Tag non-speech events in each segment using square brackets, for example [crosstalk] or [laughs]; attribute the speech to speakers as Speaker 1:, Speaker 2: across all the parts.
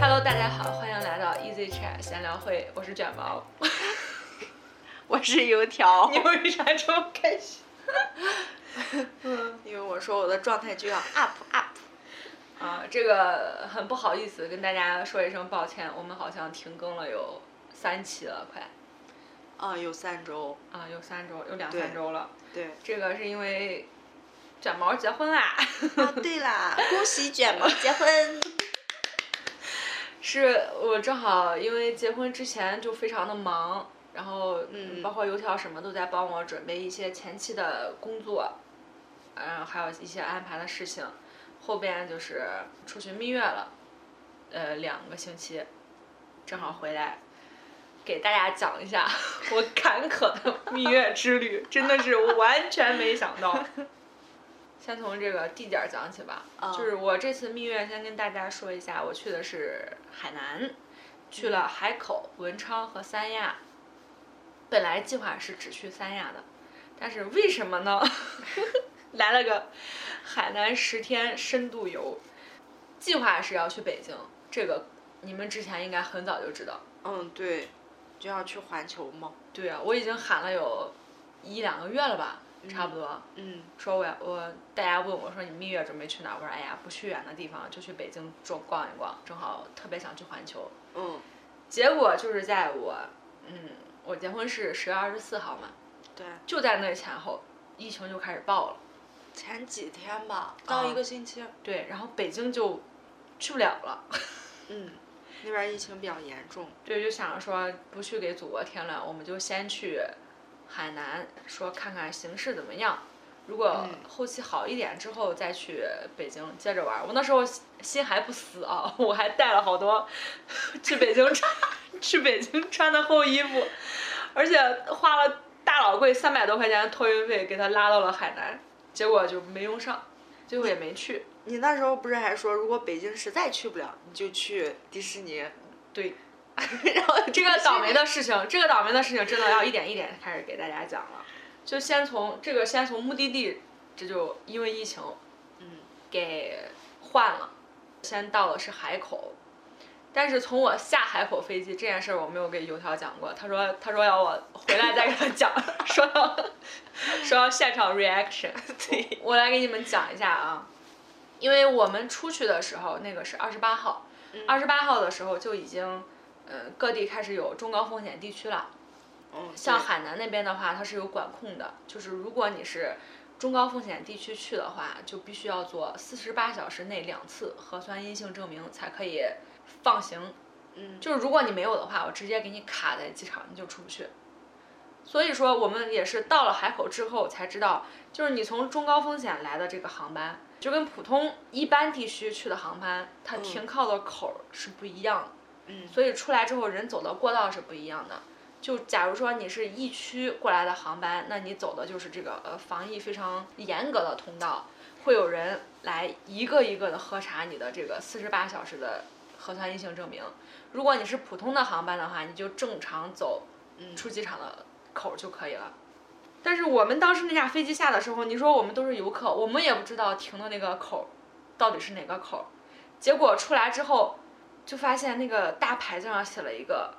Speaker 1: Hello，大家好，欢迎来到 Easy Chat 闲聊会，我是卷毛。
Speaker 2: 我是油条
Speaker 1: [laughs] 你，为啥这么开心？
Speaker 2: 因为我说我的状态就要 up up。
Speaker 1: 啊，这个很不好意思，跟大家说一声抱歉，我们好像停更了有三期了，快
Speaker 2: 啊，有三周，
Speaker 1: 啊，有三周，有两
Speaker 2: 对
Speaker 1: 三周了。
Speaker 2: 对。
Speaker 1: 这个是因为卷毛结婚啦，
Speaker 2: 啊，对啦，恭喜卷毛结婚。
Speaker 1: 是我正好因为结婚之前就非常的忙，然后
Speaker 2: 嗯
Speaker 1: 包括油条什么都在帮我准备一些前期的工作，嗯，还有一些安排的事情。后边就是出去蜜月了，呃，两个星期，正好回来，给大家讲一下 [laughs] 我坎坷的蜜月之旅，真的是我完全没想到。先从这个地点儿讲起吧，
Speaker 2: 啊
Speaker 1: 就是我这次蜜月，先跟大家说一下，我去的是海南，去了海口、文昌和三亚。本来计划是只去三亚的，但是为什么呢？ [laughs] 来了个海南十天深度游，计划是要去北京，这个你们之前应该很早就知道。
Speaker 2: [laughs] 嗯，对，就要去环球嘛。
Speaker 1: 对啊，我已经喊了有一两个月了吧，差不多。
Speaker 2: 嗯
Speaker 1: 说我要我大家问我说你蜜月准备去哪儿？我说哎呀，不去远的地方，就去北京逛逛一逛，正好特别想去环球。
Speaker 2: 嗯，
Speaker 1: 结果就是在我嗯，我结婚是十月二十四号嘛，
Speaker 2: 对，
Speaker 1: 就在那前后，疫情就开始爆了。
Speaker 2: 前几天吧，到一个星期。
Speaker 1: 对，然后北京就去不了了。
Speaker 2: 嗯，那边疫情比较严重。
Speaker 1: 对，就想着说不去给祖国添乱，我们就先去海南，说看看形势怎么样。如果
Speaker 2: 嗯
Speaker 1: 后期好一点之后再去北京接着玩儿。我那时候心还不死啊， [laughs] 我还带了好多去北京穿 [laughs] 去北京穿的厚衣服，而且花了大老贵三百多块钱托运费给他拉到了海南，结果就没用上，最后也没去。
Speaker 2: 你那时候不是还说，如果北京实在去不了，你就去迪士尼。
Speaker 1: 对，
Speaker 2: [laughs] 然后
Speaker 1: 这个倒霉的事情，这个倒霉的事情真的要一点一点开始给大家讲了。就先从这个，先从目的地，这就因为疫情
Speaker 2: 嗯
Speaker 1: 给换了，先到的是海口。但是从我下海口飞机这件事儿，我没有给油条讲过。他说，他说要我回来再给他讲， [laughs] 说要说要现场 reaction。
Speaker 2: 对
Speaker 1: 我来给你们讲一下啊，因为我们出去的时候，那个是二十八号，二十八号的时候就已经，呃，各地开始有中高风险地区了。
Speaker 2: 嗯，
Speaker 1: 像
Speaker 2: 对
Speaker 1: 海南那边的话，它是有管控的，就是如果你是中高风险地区去的话，就必须要做四十八小时内两次核酸阴性证明才可以放行。
Speaker 2: 嗯
Speaker 1: 就是如果你没有的话，我直接给你卡在机场，你就出不去。所以说，我们也是到了海口之后才知道，就是你从中高风险来的这个航班，就跟普通一般地区去的航班，它
Speaker 2: 嗯
Speaker 1: 停靠的口儿是不一样的。
Speaker 2: 嗯
Speaker 1: 所以出来之后人走的过道是不一样的。就假如说你是疫区过来的航班，那你走的就是这个呃防疫非常严格的通道，会有人来一个一个的核查你的这个四十八小时的核酸阴性证明。如果你是普通的航班的话，你就正常走
Speaker 2: 嗯
Speaker 1: 出机场的口儿就可以了。但是我们当时那架飞机下的时候，你说我们都是游客，我们也不知道停的那个口儿到底是哪个口儿。结果出来之后，就发现那个大牌子上写了一个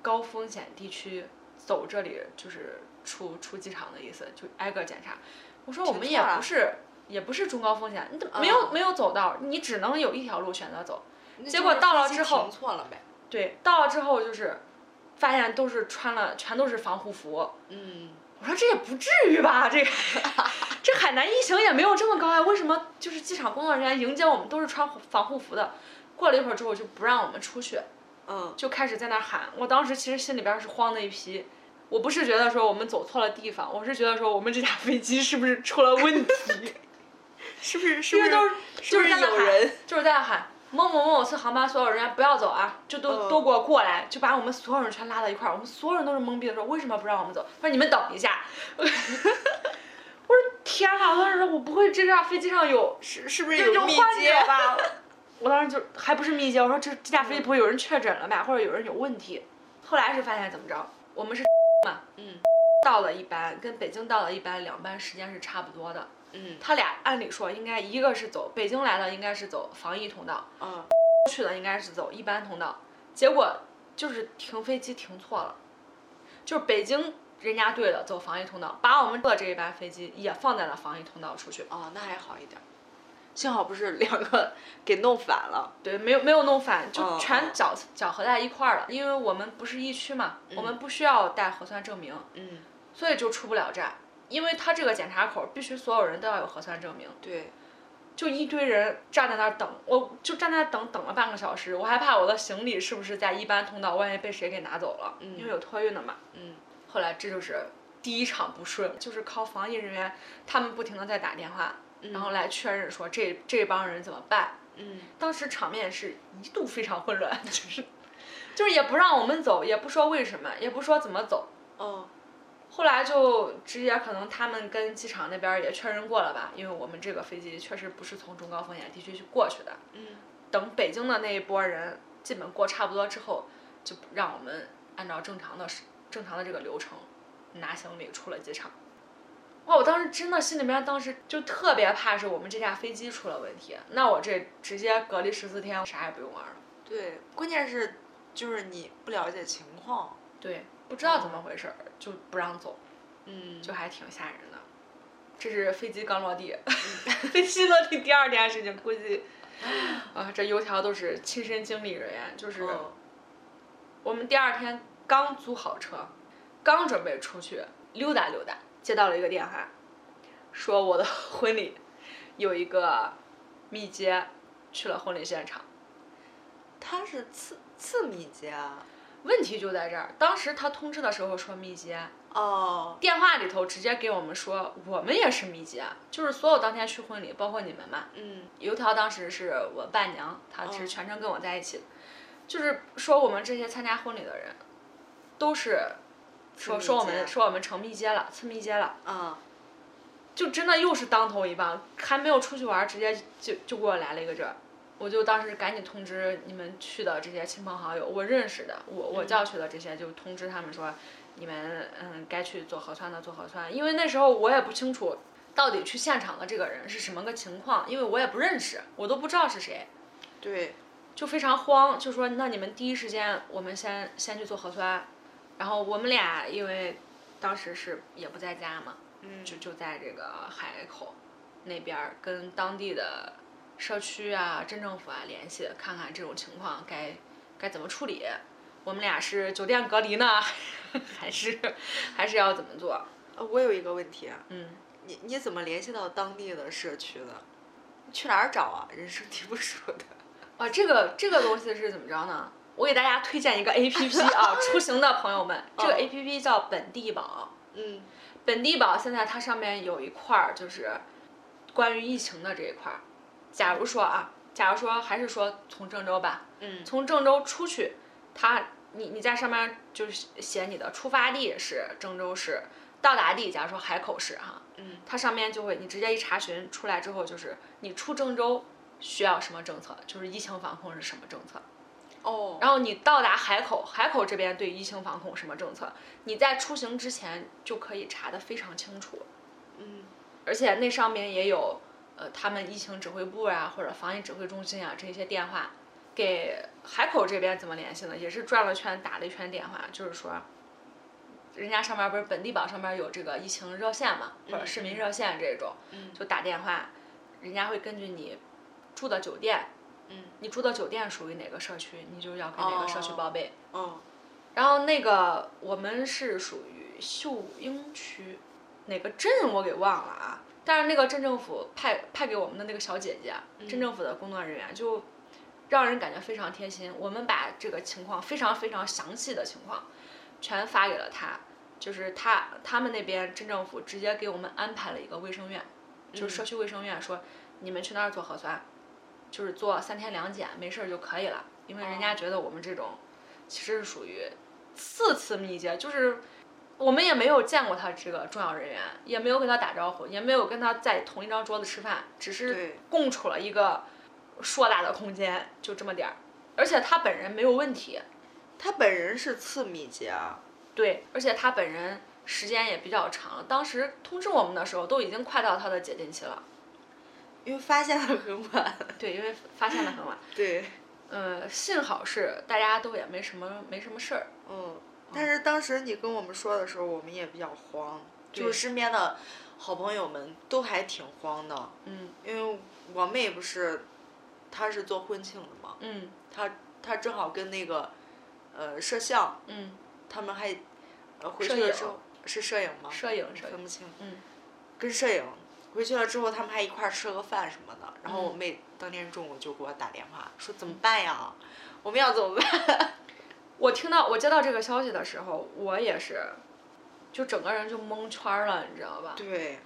Speaker 1: 高风险地区，走这里就是出出机场的意思，就挨个检查。我说我们
Speaker 2: 挺
Speaker 1: 也
Speaker 2: 错啊
Speaker 1: 不是也不是中高风险，你怎么没有、
Speaker 2: 嗯
Speaker 1: 没有走道，你只能有一条路选择走。
Speaker 2: 那
Speaker 1: 结果
Speaker 2: 就是
Speaker 1: 到了
Speaker 2: 飞机
Speaker 1: 之后
Speaker 2: 停错了呗。嗯
Speaker 1: 对，到了之后就是发现都是穿了全都是防护服，
Speaker 2: 嗯
Speaker 1: 我说这也不至于吧，
Speaker 2: [laughs]
Speaker 1: 这个这海南疫情也没有这么高呀，为什么就是机场工作人员迎接我们都是穿防护服的？过了一会儿之后就不让我们出去，
Speaker 2: 嗯
Speaker 1: 就开始在那儿喊。我当时其实心里边儿是慌的一批，我不是觉得说我们走错了地方，我是觉得说我们这架飞机是不是出了问题？
Speaker 2: 是不是？是
Speaker 1: 因为
Speaker 2: 不是
Speaker 1: 都是
Speaker 2: 是
Speaker 1: 就
Speaker 2: 不
Speaker 1: 是
Speaker 2: 是
Speaker 1: 在那
Speaker 2: 有
Speaker 1: 喊，
Speaker 2: 人？
Speaker 1: 就是在那喊某某某次航班所有人员不要走啊，就都、
Speaker 2: 嗯
Speaker 1: 都给我过来，就把我们所有人全拉到一块儿，我们所有人都是懵逼的说为什么不让我们走？他说你们等一下。 [laughs] 我说天哪！我当时说我不会这架飞机上有
Speaker 2: 是是不是
Speaker 1: 这
Speaker 2: 有
Speaker 1: 种
Speaker 2: 密
Speaker 1: 患
Speaker 2: 接
Speaker 1: 者？吧？我当时就还不是密接，我说这这架飞机不会有人确诊了吧，或者有人有问题？后来是发现怎么着，我们是
Speaker 2: 嗯
Speaker 1: 到了一班，跟北京到了一班，两班时间是差不多的。
Speaker 2: 嗯
Speaker 1: 他俩按理说应该一个是走北京来的，应该是走防疫通道，
Speaker 2: [laughs] 嗯
Speaker 1: 去的应该是走一般通道，结果就是停飞机停错了，就是北京人家队的走防疫通道，把我们坐的这一班飞机也放在了防疫通道出去，
Speaker 2: 哦，那还好一点儿，幸好不是两个 [laughs] 给弄反了。
Speaker 1: 对，没有没有弄反，就
Speaker 2: 哦
Speaker 1: 全
Speaker 2: 哦
Speaker 1: 搅搅和在一块儿了，因为我们不是疫区嘛，我们不需要带核酸证明，
Speaker 2: 嗯，
Speaker 1: 所以就出不了站，因为他这个检查口必须所有人都要有核酸证明。
Speaker 2: 对，
Speaker 1: 就一堆人站在那儿等，我就站在那儿等等了半个小时，我还怕我的行李是不是在一般通道，万一被谁给拿走了，因为有托运的嘛。
Speaker 2: 嗯，
Speaker 1: 后来这就是第一场不顺，就是靠防疫人员他们不停的在打电话，然后来确认说这这帮人怎么办。
Speaker 2: 嗯，
Speaker 1: 当时场面是一度非常混乱，就是就是也不让我们走，也不说为什么，也不说怎么走。
Speaker 2: 哦，
Speaker 1: 后来就直接可能他们跟机场那边儿也确认过了吧，因为我们这个飞机确实不是从中高风险地区去过去的。
Speaker 2: 嗯，
Speaker 1: 等北京的那一波人基本过差不多之后，就让我们按照正常的正常的这个流程拿行李出了机场。哇！我当时真的心里面当时就特别怕是我们这架飞机出了问题，那我这直接隔离十四天，啥也不用玩了。
Speaker 2: 对，关键是就是你不了解情况，
Speaker 1: 对，不知道怎么回事儿就不让走，
Speaker 2: 嗯，
Speaker 1: 就还挺吓人的。这是飞机刚落地，飞机落地第二件事情，估计啊，这油条都是亲身经历人员，就是。
Speaker 2: 哦
Speaker 1: 我们第二天刚租好车，刚准备出去溜达溜达，接到了一个电话，说我的 [laughs] 婚礼有一个密接去了婚礼现场。
Speaker 2: 他是次次米节啊，
Speaker 1: 问题就在这儿，当时他通知的时候说密接，
Speaker 2: 哦，
Speaker 1: 电话里头直接给我们说我们也是密接，就是所有当天去婚礼，包括你们嘛。
Speaker 2: 嗯，
Speaker 1: 油条当时是我伴娘，她是
Speaker 2: 嗯
Speaker 1: 全程跟我在一起的，就是说我们这些参加婚礼的人，都是说
Speaker 2: 密
Speaker 1: 说我
Speaker 2: 接
Speaker 1: 们说我们成密接了，次密接了，
Speaker 2: 啊，
Speaker 1: 就真的又是当头一棒，还没有出去玩儿，直接就就给我来了一个这儿，我就当时赶紧通知你们去的这些亲朋好友，我认识的，我我叫去的这些就通知他们说，你们嗯该去做核酸的做核酸，因为那时候我也不清楚到底去现场的这个人是什么个情况，因为我也不认识，我都不知道是谁，
Speaker 2: 对，
Speaker 1: 就非常慌，就说那你们第一时间我们先先去做核酸，然后我们俩因为当时是也不在家嘛，
Speaker 2: 嗯，
Speaker 1: 就就在这个海口那边儿跟当地的社区啊、镇政府啊联系，看看这种情况该该怎么处理。我们俩是酒店隔离呢， [laughs] 还是还是要怎么做？
Speaker 2: 呃我有一个问题啊，
Speaker 1: 嗯，
Speaker 2: 你你怎么联系到当地的社区的？去哪儿找啊？人生地不熟的。
Speaker 1: 啊，这个这个东西是怎么着呢？我给大家推荐一个 A P P
Speaker 2: [laughs]
Speaker 1: 啊，出行的朋友们，这个
Speaker 2: 哦
Speaker 1: A P P 叫本地宝。
Speaker 2: 嗯
Speaker 1: 本地宝现在它上面有一块儿就是关于疫情的这一块儿。假如说啊，假如说还是说从郑州吧，
Speaker 2: 嗯
Speaker 1: 从郑州出去，它你你在上面就是写你的出发地是郑州市，到达地假如说海口市哈，
Speaker 2: 嗯
Speaker 1: 它上面就会你直接一查询出来之后，就是你出郑州需要什么政策，就是疫情防控是什么政策，
Speaker 2: 哦，
Speaker 1: 然后你到达海口，海口这边对疫情防控什么政策，你在出行之前就可以查得非常清楚，
Speaker 2: 嗯
Speaker 1: 而且那上面也有呃他们疫情指挥部啊或者防疫指挥中心啊这些电话，给海口这边怎么联系呢？也是转了圈打了一圈电话，就是说，人家上面不是本地宝上面有这个疫情热线嘛，或者市民热线这种，
Speaker 2: 嗯
Speaker 1: 就打电话，人家会根据你住的酒店，
Speaker 2: 嗯
Speaker 1: 你住的酒店属于哪个社区，你就要跟哪个社区
Speaker 2: 哦
Speaker 1: 报备。
Speaker 2: 哦
Speaker 1: 然后那个我们是属于秀英区，哪个镇我给忘了啊。但是那个镇政府派派给我们的那个小姐姐，镇政府的工作人员就让人感觉非常贴心。我们把这个情况非常非常详细的情况全发给了她，就是她他们那边镇政府直接给我们安排了一个卫生院，就是社区卫生院，说你们去那儿做核酸，就是做三天两检，没事儿就可以了。因为人家
Speaker 2: 哦
Speaker 1: 觉得我们这种其实是属于次次密接，就是我们也没有见过他这个重要人员，也没有跟他打招呼，也没有跟他在同一张桌子吃饭，只是
Speaker 2: 对
Speaker 1: 共处了一个硕大的空间，就这么点儿。而且他本人没有问题，
Speaker 2: 他本人是次米节啊。
Speaker 1: 对，而且他本人时间也比较长了，当时通知我们的时候都已经快到他的解禁期了， [laughs]
Speaker 2: 因为发现的很晚，
Speaker 1: 对，因为发现的很晚。
Speaker 2: 对，
Speaker 1: 呃，幸好是大家都也没什么没什么事儿，
Speaker 2: 嗯，但是当时你跟我们说的时候，我们也比较慌，就
Speaker 1: 对
Speaker 2: 是身边的好朋友们都还挺慌的，
Speaker 1: 嗯
Speaker 2: 因为我妹不是，她是做婚庆的嘛，
Speaker 1: 嗯
Speaker 2: 她她正好跟那个，呃，摄像
Speaker 1: 嗯，
Speaker 2: 他们还，呃，回
Speaker 1: 摄
Speaker 2: 去的
Speaker 1: 影
Speaker 2: 时候是摄影吗？
Speaker 1: 摄影
Speaker 2: 我
Speaker 1: 摄
Speaker 2: 分
Speaker 1: 影，
Speaker 2: 不清，
Speaker 1: 嗯
Speaker 2: 跟摄影回去了之后，他们还一块儿吃了个饭什么的。然后我
Speaker 1: 嗯
Speaker 2: 妹当天中午就给我打电话说怎么办呀？我们要怎么办？
Speaker 1: 我听到我接到这个消息的时候，我也是，就整个人就蒙圈儿了，你知道吧？
Speaker 2: 对，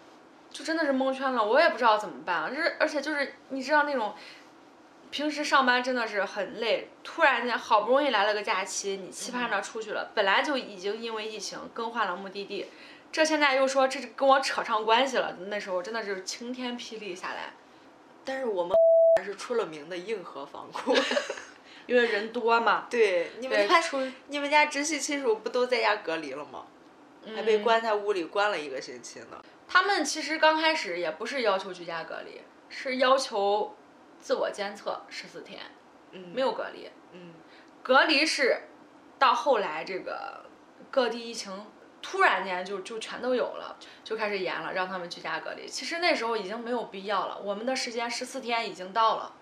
Speaker 1: 就真的是蒙圈了，我也不知道怎么办。就是而且就是你知道那种，平时上班真的是很累，突然间好不容易来了个假期，你期盼着出去了，本来就已经因为疫情更换了目的地，这现在又说这跟我扯上关系了，那时候真的是晴天霹雳下来，
Speaker 2: 但是我们还是出了名的硬核防控。
Speaker 1: 因为人多嘛，
Speaker 2: 对，你们
Speaker 1: 对，
Speaker 2: 家
Speaker 1: 出
Speaker 2: 你们家直系亲属不都在家隔离了吗？还被。
Speaker 1: 嗯
Speaker 2: 关在屋里关了一个星期呢。
Speaker 1: 他们其实刚开始也不是要求居家隔离，是要求自我监测十四天，
Speaker 2: 嗯，
Speaker 1: 没，有隔离。
Speaker 2: 嗯，
Speaker 1: 隔离是到后来这个各地疫情突然间就就全都有了，就开始严了，让他们居家隔离。其实那时候已经没有必要了，我们的时间十四天已经到了，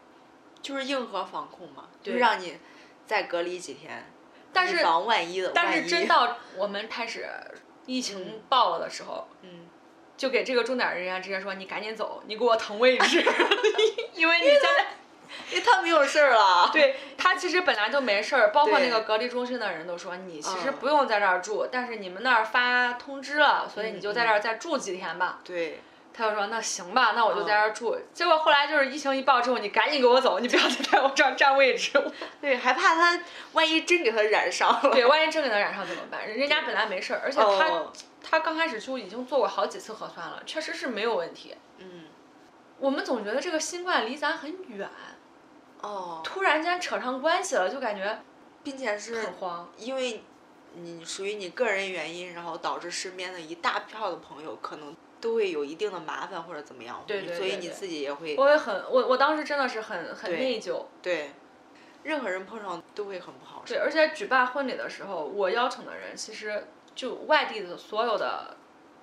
Speaker 2: 就是硬核防控嘛，就
Speaker 1: 对
Speaker 2: 让你再隔离几天，
Speaker 1: 但
Speaker 2: 以
Speaker 1: 是
Speaker 2: 防万一的
Speaker 1: 但
Speaker 2: 万
Speaker 1: 是
Speaker 2: 一
Speaker 1: 真到我们开始疫情爆了的时候，
Speaker 2: 嗯，
Speaker 1: 就给这个重点儿人员直接说：“你赶紧走，你给我腾位 [laughs] 置，因为你现在。”
Speaker 2: 因为 [laughs] 他没有事儿了。
Speaker 1: 对 [laughs] 他其实本来就没事儿，包括
Speaker 2: 对
Speaker 1: 那个隔离中心的人都说，你其实
Speaker 2: 嗯
Speaker 1: 不用在这儿住，但是你们那儿发通知了，所以
Speaker 2: 嗯
Speaker 1: 你就在这儿再住几天吧。
Speaker 2: 对，嗯
Speaker 1: 他就说那行吧，那我就在这儿住。结果后来就是疫情一爆之后，你赶紧给我走，你不要再在我这儿占位置。 [laughs]
Speaker 2: 对，还怕他万一真给他染上了。
Speaker 1: 对，万一真给他染上怎么办？人家本来没事儿，而且他、
Speaker 2: 哦
Speaker 1: 他刚开始就已经做过好几次核酸了，确实是没有问题。
Speaker 2: 嗯，
Speaker 1: 我们总觉得这个新冠离咱很远，
Speaker 2: 哦，
Speaker 1: 突然间扯上关系了，就感觉
Speaker 2: 并且是
Speaker 1: 很慌。
Speaker 2: 因为你属于你个人原因，然后导致身边的一大票的朋友可能都会有一定的麻烦或者怎么样，
Speaker 1: 对对
Speaker 2: 所以
Speaker 1: 对
Speaker 2: 你
Speaker 1: 对
Speaker 2: 自己也会
Speaker 1: 我也很，我我当时真的是很很
Speaker 2: 对
Speaker 1: 内疚。
Speaker 2: 对，任何人碰上都会很不好受。
Speaker 1: 对，而且举办婚礼的时候，我邀请的人其实就外地的所有的，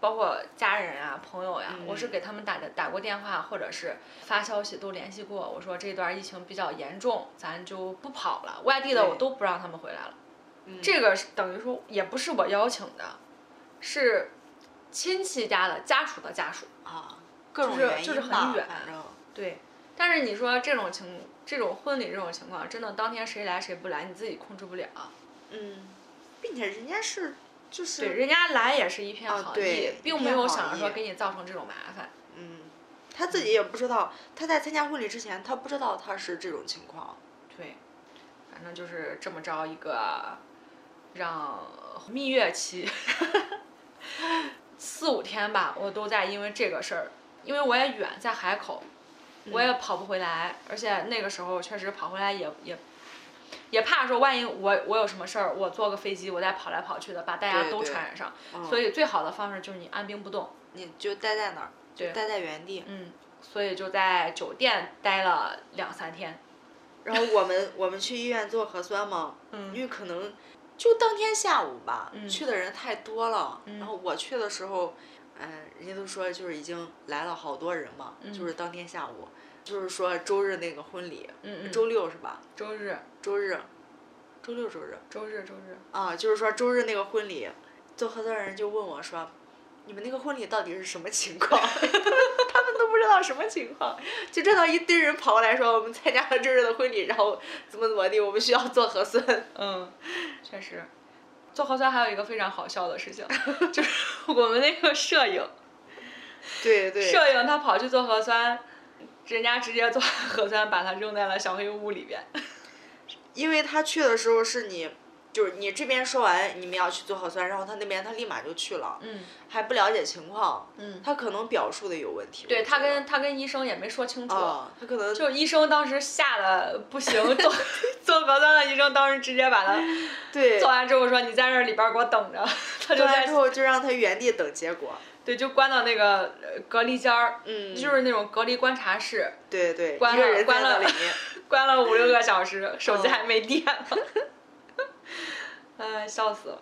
Speaker 1: 包括家人啊、朋友呀、我是
Speaker 2: 嗯
Speaker 1: 给他们打的打过电话，或者是发消息都联系过。我说这段疫情比较严重，咱就不跑了。外地的我
Speaker 2: 对
Speaker 1: 都不让他们回来了。
Speaker 2: 嗯
Speaker 1: 这个是等于说也不是我邀请的，是亲戚家的家属的家属。
Speaker 2: 啊，各种
Speaker 1: 就是
Speaker 2: 原
Speaker 1: 就是
Speaker 2: 因
Speaker 1: 很
Speaker 2: 吧，
Speaker 1: 远
Speaker 2: 反正
Speaker 1: 对，但是你说这种情，这种婚礼这种情况，真的当天谁来谁不来，你自己控制不了。
Speaker 2: 嗯，并且人家是就
Speaker 1: 对，
Speaker 2: 是
Speaker 1: 人家来也是一片
Speaker 2: 啊
Speaker 1: 好意，
Speaker 2: 对一
Speaker 1: 并没
Speaker 2: 片
Speaker 1: 有
Speaker 2: 好
Speaker 1: 想着说
Speaker 2: 意
Speaker 1: 给你造成这种麻烦。
Speaker 2: 嗯，他自己也不知道，他在参加婚礼之前，他不知道他是这种情况。
Speaker 1: 对，反正就是这么着一个让蜜月期四五天吧，我都在因为这个事儿，因为我也远在海口，我
Speaker 2: 嗯
Speaker 1: 也跑不回来，而且那个时候确实跑回来也也。也怕说，万一我我有什么事儿，我坐个飞机，我再跑来跑去的，把大家
Speaker 2: 对
Speaker 1: 都
Speaker 2: 对
Speaker 1: 传染上。
Speaker 2: 嗯
Speaker 1: 所以最好的方式就是你按兵不动，
Speaker 2: 你就待在那儿，
Speaker 1: 对
Speaker 2: 待在原地。
Speaker 1: 嗯，所以就在酒店待了两三天。
Speaker 2: 然后我们我们去医院做核酸嘛，因
Speaker 1: 嗯
Speaker 2: 为可能就当天下午吧，
Speaker 1: 嗯
Speaker 2: 去的人太多了。
Speaker 1: 嗯
Speaker 2: 然后我去的时候，嗯、人家都说就是已经来了好多人嘛，
Speaker 1: 嗯
Speaker 2: 就是当天下午，就是说周日那个婚礼，
Speaker 1: 嗯周
Speaker 2: 周六是吧？
Speaker 1: 周日，
Speaker 2: 周日，周六周日
Speaker 1: 周日，周日。
Speaker 2: 啊，就是说周日那个婚礼，做核酸的人就问我说。你们那个婚礼到底是什么情况？ [laughs] 他们都不知道什么情况，就知道一堆人跑过来说我们参加了周日的婚礼，然后怎么怎么地，我们需要做核酸。
Speaker 1: 嗯，确实。做核酸还有一个非常好笑的事情，就是我们那个摄影，
Speaker 2: 对对，
Speaker 1: 摄影他跑去做核酸，人家直接做完核酸把他扔在了小黑屋里边。
Speaker 2: 因为他去的时候是你，就是你这边说完你们要去做核酸，然后他那边他立马就去了，
Speaker 1: 嗯 [laughs]
Speaker 2: 还不了解情况，
Speaker 1: 嗯，
Speaker 2: 他可能表述的有问题。
Speaker 1: 对
Speaker 2: 我觉
Speaker 1: 他
Speaker 2: 得
Speaker 1: 跟他跟医生也没说清楚，
Speaker 2: 啊、他可能
Speaker 1: 就医生当时吓得不行，做做核酸的医生当时直接把他
Speaker 2: 对
Speaker 1: 做完之后说你在这里边儿给我等着，他就
Speaker 2: 做完
Speaker 1: 在
Speaker 2: 之后就让他原地等结果。
Speaker 1: 对，就关到那个呃隔离间儿，
Speaker 2: 嗯，
Speaker 1: 就是那种隔离观察室，
Speaker 2: 对对，
Speaker 1: 关
Speaker 2: 一个
Speaker 1: 了
Speaker 2: 人
Speaker 1: 关
Speaker 2: 在那
Speaker 1: 了
Speaker 2: 里面，
Speaker 1: [laughs] 关了五六个小时，手机
Speaker 2: 嗯
Speaker 1: 还没电了， [laughs] 哎，笑死了。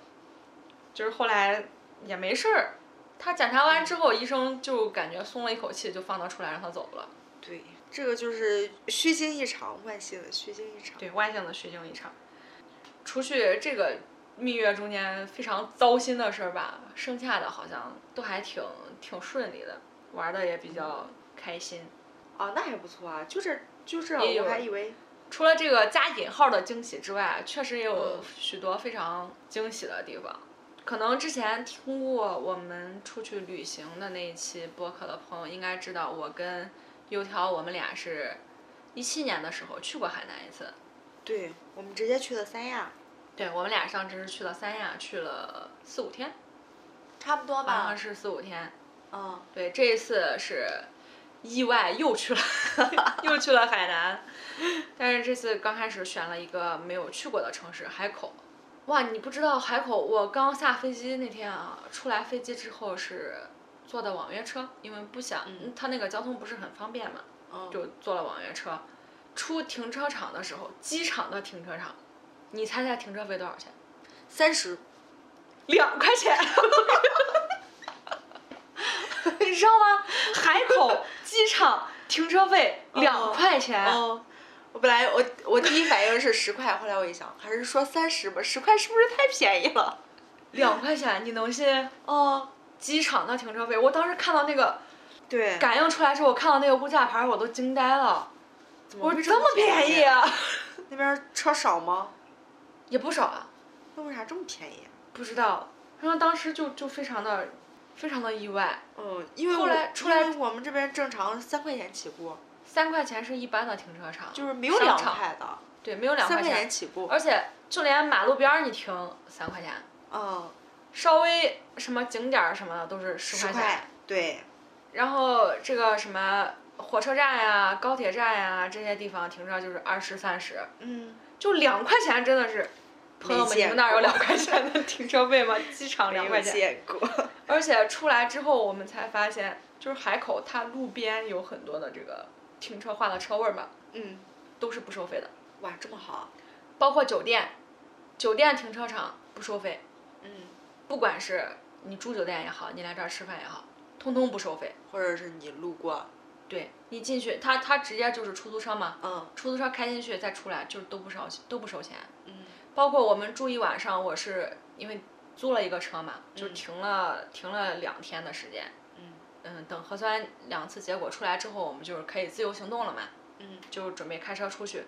Speaker 1: 就是后来也没事儿，他检查完之后，医生就感觉松了一口气，就放他出来让他走了。
Speaker 2: 对，这个就是虚惊一场，万幸的虚惊一场。
Speaker 1: 对，万幸的虚惊一场。除去这个蜜月中间非常糟心的事儿吧，剩下的好像都还挺挺顺利的，玩的也比较开心。
Speaker 2: 哦，那还不错啊，就这就这，
Speaker 1: 也有
Speaker 2: 我还以为
Speaker 1: 除了这个加引号的惊喜之外，确实也有
Speaker 2: 嗯
Speaker 1: 许多非常惊喜的地方。可能之前听过我们出去旅行的那一期播客的朋友应该知道，我跟油条我们俩是一七年的时候去过海南一次。
Speaker 2: 对我们直接去的三亚，
Speaker 1: 对我们俩上次是去了三亚，去了四五天，
Speaker 2: 差不多
Speaker 1: 好像
Speaker 2: 吧。
Speaker 1: 是四五天。
Speaker 2: 嗯，
Speaker 1: 对，这一次是意外又去了， [laughs] 又去了海南，但是这次刚开始选了一个没有去过的城市海口。哇，你不知道海口，我刚下飞机那天啊，出来飞机之后是坐的网约车，因为不想，
Speaker 2: 嗯
Speaker 1: 它那个交通不是很方便嘛，
Speaker 2: 嗯
Speaker 1: 就坐了网约车。出停车场的时候，机场的停车场，你猜猜停车费多少钱？
Speaker 2: 三十，
Speaker 1: 两块钱， [laughs] 你知道吗？海口机场停车费
Speaker 2: 嗯
Speaker 1: 两块钱，
Speaker 2: 哦，我本来我我第一反应是十块，后来我一想，还是说三十吧，十块是不是太便宜了？
Speaker 1: 两块钱，你能信？
Speaker 2: 哦，
Speaker 1: 机场的停车费，我当时看到那个
Speaker 2: 对，
Speaker 1: 感应出来之后，看到那个物价牌儿，我都惊呆了。
Speaker 2: 怎
Speaker 1: 我说
Speaker 2: 么会
Speaker 1: 这么便宜
Speaker 2: 啊？
Speaker 1: 啊？
Speaker 2: 那边车少吗？
Speaker 1: 也不少啊，
Speaker 2: 那为啥这么便宜啊？
Speaker 1: 不知道。然后当时就就非常的非常的意外，
Speaker 2: 嗯，因为
Speaker 1: 后
Speaker 2: 我
Speaker 1: 来出来
Speaker 2: 因为我们这边正常三块钱起步，
Speaker 1: 三块钱是一般的停车场，
Speaker 2: 就是没有
Speaker 1: 商
Speaker 2: 两
Speaker 1: 场
Speaker 2: 块的，
Speaker 1: 对，没有两
Speaker 2: 三
Speaker 1: 块
Speaker 2: 块钱
Speaker 1: 钱，
Speaker 2: 起步。
Speaker 1: 而且就连马路边儿你停三块钱。
Speaker 2: 嗯，
Speaker 1: 稍微什么景点儿什么的都是十
Speaker 2: 十
Speaker 1: 块钱，
Speaker 2: 块，对，
Speaker 1: 然后这个什么火车站呀、高铁站呀、这些地方停车就是二十三十，
Speaker 2: 嗯，
Speaker 1: 就两块钱真的是。朋友们，你
Speaker 2: 见
Speaker 1: 们那儿有
Speaker 2: 过
Speaker 1: 两块钱的停车费吗？机场两块钱，
Speaker 2: 见过。
Speaker 1: 而且出来之后我们才发现，就是海口它路边有很多的这个停车划的车位嘛，
Speaker 2: 嗯，
Speaker 1: 都是不收费的，
Speaker 2: 哇，这么好。
Speaker 1: 包括酒店，酒店停车场不收费，
Speaker 2: 嗯，
Speaker 1: 不管是你住酒店也好，你来这儿吃饭也好，通通不收费。
Speaker 2: 或者是你路过，
Speaker 1: 对你进去，他他直接就是出租车嘛，
Speaker 2: 嗯
Speaker 1: 出租车开进去再出来就是都不收都不收钱，
Speaker 2: 嗯
Speaker 1: 包括我们住一晚上，我是因为租了一个车嘛，就
Speaker 2: 嗯
Speaker 1: 停了、停了两天的时间，
Speaker 2: 嗯
Speaker 1: 嗯，等核酸两次结果出来之后，我们就是可以自由行动了嘛，
Speaker 2: 嗯
Speaker 1: 就准备开车出去。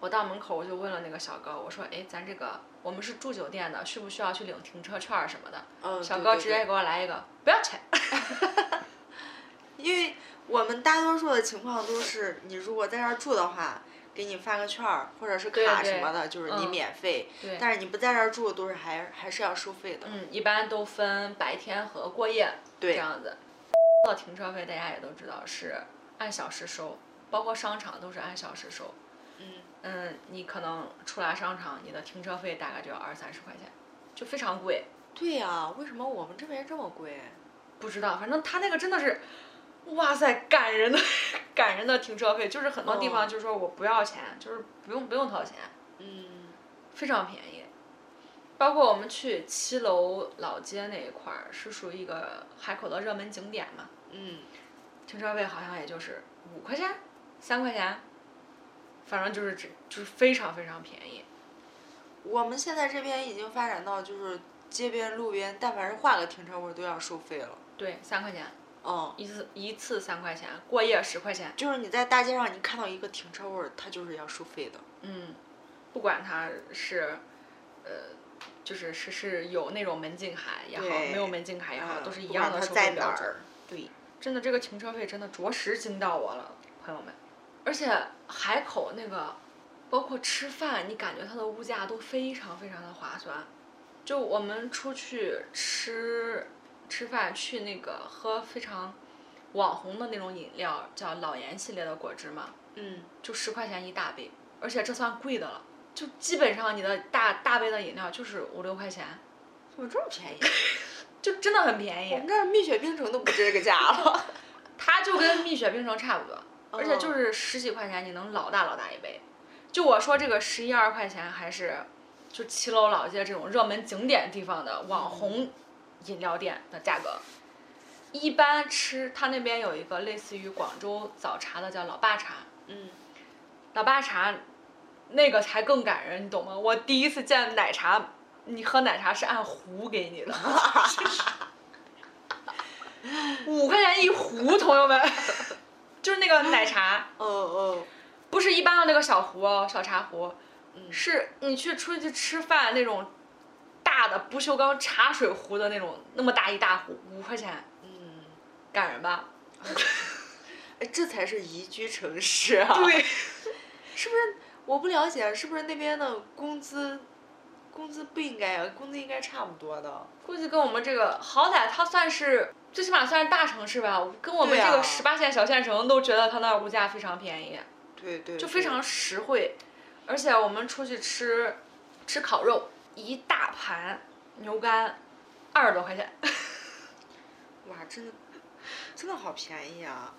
Speaker 1: 我到门口我就问了那个小哥，我说，哎，咱这个我们是住酒店的，需不需要去领停车券儿什么的？
Speaker 2: 嗯，
Speaker 1: 小
Speaker 2: 对
Speaker 1: 哥
Speaker 2: 对
Speaker 1: 直
Speaker 2: 对
Speaker 1: 接给我来一个不要钱，
Speaker 2: 因为我们大多数的情况都是，你如果在这儿住的话，给你发个券儿或者是
Speaker 1: 对
Speaker 2: 卡
Speaker 1: 对
Speaker 2: 什么的，就是你
Speaker 1: 嗯
Speaker 2: 免费。
Speaker 1: 对
Speaker 2: 但是你不在这儿住，都是还还是要收费的。
Speaker 1: 嗯，一般都分白天和过夜。
Speaker 2: 对
Speaker 1: 这，样子。的停车费大家也都知道是按小时收，包括商场都是按小时收。
Speaker 2: 嗯，
Speaker 1: 嗯，你可能出来商场，你的停车费大概就要二三十块钱，就非常贵。
Speaker 2: 对呀、为什么我们这边这么贵？啊
Speaker 1: 不知道，反正他那个真的是，哇塞，感人的感人的停车费，就是很多地
Speaker 2: 哦
Speaker 1: 方就说我不要钱，就是不用不用掏钱，
Speaker 2: 嗯
Speaker 1: 非常便宜。包括我们去七楼老街那一块儿，是属于一个海口的热门景点嘛，
Speaker 2: 嗯，
Speaker 1: 停车费好像也就是五块钱、三块钱，反正就是只就是非常非常便宜。
Speaker 2: 我们现在这边已经发展到就是街边路边，但凡是换个停车位都要收费了。
Speaker 1: 对，三块钱
Speaker 2: 嗯，
Speaker 1: 一次一次三块钱，过夜十块钱。
Speaker 2: 就是你在大街上你看到一个停车位儿，它就是要收费的。
Speaker 1: 嗯，不管它是，呃，就是是是有那种门禁卡也好，
Speaker 2: 对
Speaker 1: 没有门禁卡也好，
Speaker 2: 嗯
Speaker 1: 都是一
Speaker 2: 不
Speaker 1: 样
Speaker 2: 管
Speaker 1: 的
Speaker 2: 它
Speaker 1: 收
Speaker 2: 在
Speaker 1: 费
Speaker 2: 哪
Speaker 1: 标准。
Speaker 2: 儿？
Speaker 1: 对，真的这个停车费真的着实惊到我了，朋友们。而且海口那个，包括吃饭，你感觉它的物价都非常非常的划算。就我们出去吃吃饭，去那个喝非常网红的那种饮料，叫老盐系列的果汁嘛，
Speaker 2: 嗯，
Speaker 1: 就十块钱一大杯，而且这算贵的了。就基本上你的大大杯的饮料就是五六块钱，
Speaker 2: 怎么这么便宜？
Speaker 1: 就真的很便
Speaker 2: 我
Speaker 1: 宜
Speaker 2: 们，这儿蜜雪冰城都不值这个价了。
Speaker 1: [laughs] 它就跟蜜雪冰城差不多，而且就
Speaker 2: 哦
Speaker 1: 是十几块钱你能老大老大一杯。就我说这个十一二块钱，还是就七楼老街这种热门景点地方的网红饮料店的价格。一般吃它那边有一个类似于广州早茶的叫老爸茶，
Speaker 2: 嗯，
Speaker 1: 老爸茶那个才更感人，你懂吗？我第一次见奶茶，你喝奶茶是按壶给你的，五块钱一壶，朋友们，就是那个奶茶，
Speaker 2: 哦哦，
Speaker 1: 不是一般的那个小壶哦，小茶壶，
Speaker 2: 嗯
Speaker 1: 是你去出去吃饭那种大的不锈钢茶水壶的那种，那么大一大壶，五块钱，
Speaker 2: 嗯，
Speaker 1: 感人吧？
Speaker 2: 哎，这才是宜居城市啊。，， [laughs] 是不是？我不了解，是不是那边的工资，工资不应该啊？工资应该差不多的。
Speaker 1: 估计跟我们这个好歹它算是最起码算是大城市吧，跟我们
Speaker 2: 对啊
Speaker 1: 这个十八线小县城都觉得它那儿物价非常便宜，
Speaker 2: 对对，
Speaker 1: 就非常实惠。而且我们出去吃吃烤肉，一大盘牛肝，二十多块钱，
Speaker 2: 哇，真的，真的好便宜啊！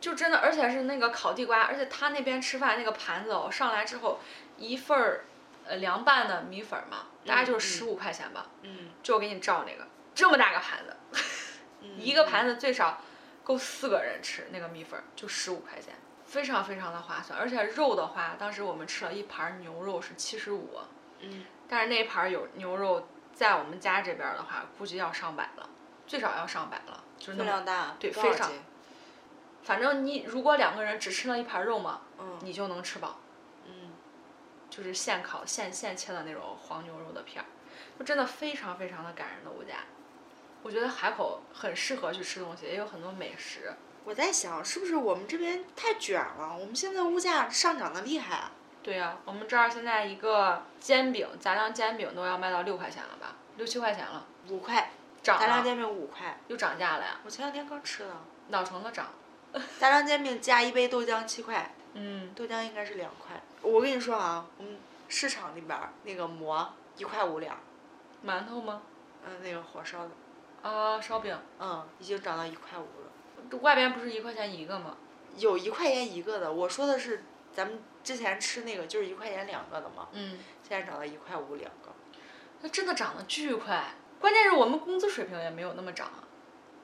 Speaker 1: 就真的，而且是那个烤地瓜，而且他那边吃饭那个盘子哦，上来之后一份儿呃凉拌的米粉儿嘛，大概就
Speaker 2: 嗯
Speaker 1: 是十五块钱吧，
Speaker 2: 嗯，
Speaker 1: 就我给你照那个这么大个盘子。
Speaker 2: 嗯
Speaker 1: 一个盘子最少够四个人吃，那个米粉儿就十五块钱，非常非常的划算。而且肉的话，当时我们吃了一盘牛肉是七十五，
Speaker 2: 嗯，
Speaker 1: 但是那一盘有牛肉在我们家这边儿的话，估计要上百了，最少要上百了，就是
Speaker 2: 分
Speaker 1: 那么。
Speaker 2: 量大，
Speaker 1: 对
Speaker 2: 多
Speaker 1: 非
Speaker 2: 少
Speaker 1: 常
Speaker 2: 斤
Speaker 1: 反正你如果两个人只吃那一盘肉嘛，
Speaker 2: 嗯
Speaker 1: 你就能吃饱，
Speaker 2: 嗯，
Speaker 1: 就是现烤现现切的那种黄牛肉的片儿，就真的非常非常的感人的物价。我觉得海口很适合去吃东西，也有很多美食。
Speaker 2: 我在想是不是我们这边太卷了？我们现在物价上涨的厉害啊。
Speaker 1: 对呀、我们这儿现在一个煎饼，杂粮煎饼都要卖到六块钱了吧，六七块钱了，
Speaker 2: 五块，
Speaker 1: 涨
Speaker 2: 杂粮
Speaker 1: 了，
Speaker 2: 煎饼五块，
Speaker 1: 又涨价了呀，
Speaker 2: 我前两天刚吃的。
Speaker 1: 老成了涨。
Speaker 2: 杂粮煎饼加一杯豆浆七块，
Speaker 1: 嗯，
Speaker 2: 豆浆应该是两块。我跟你说啊，我们市场里边儿那个馍一块五两，
Speaker 1: 馒头吗？
Speaker 2: 嗯，那个火烧的，
Speaker 1: 啊，烧饼，
Speaker 2: 嗯，已经涨到一块五了。
Speaker 1: 外边不是一块钱一个吗？
Speaker 2: 有一块钱一个的，我说的是咱们之前吃那个就是一块钱两个的嘛，
Speaker 1: 嗯，
Speaker 2: 现在涨到一块五两个，
Speaker 1: 那真的涨得巨快，关键是我们工资水平也没有那么涨啊。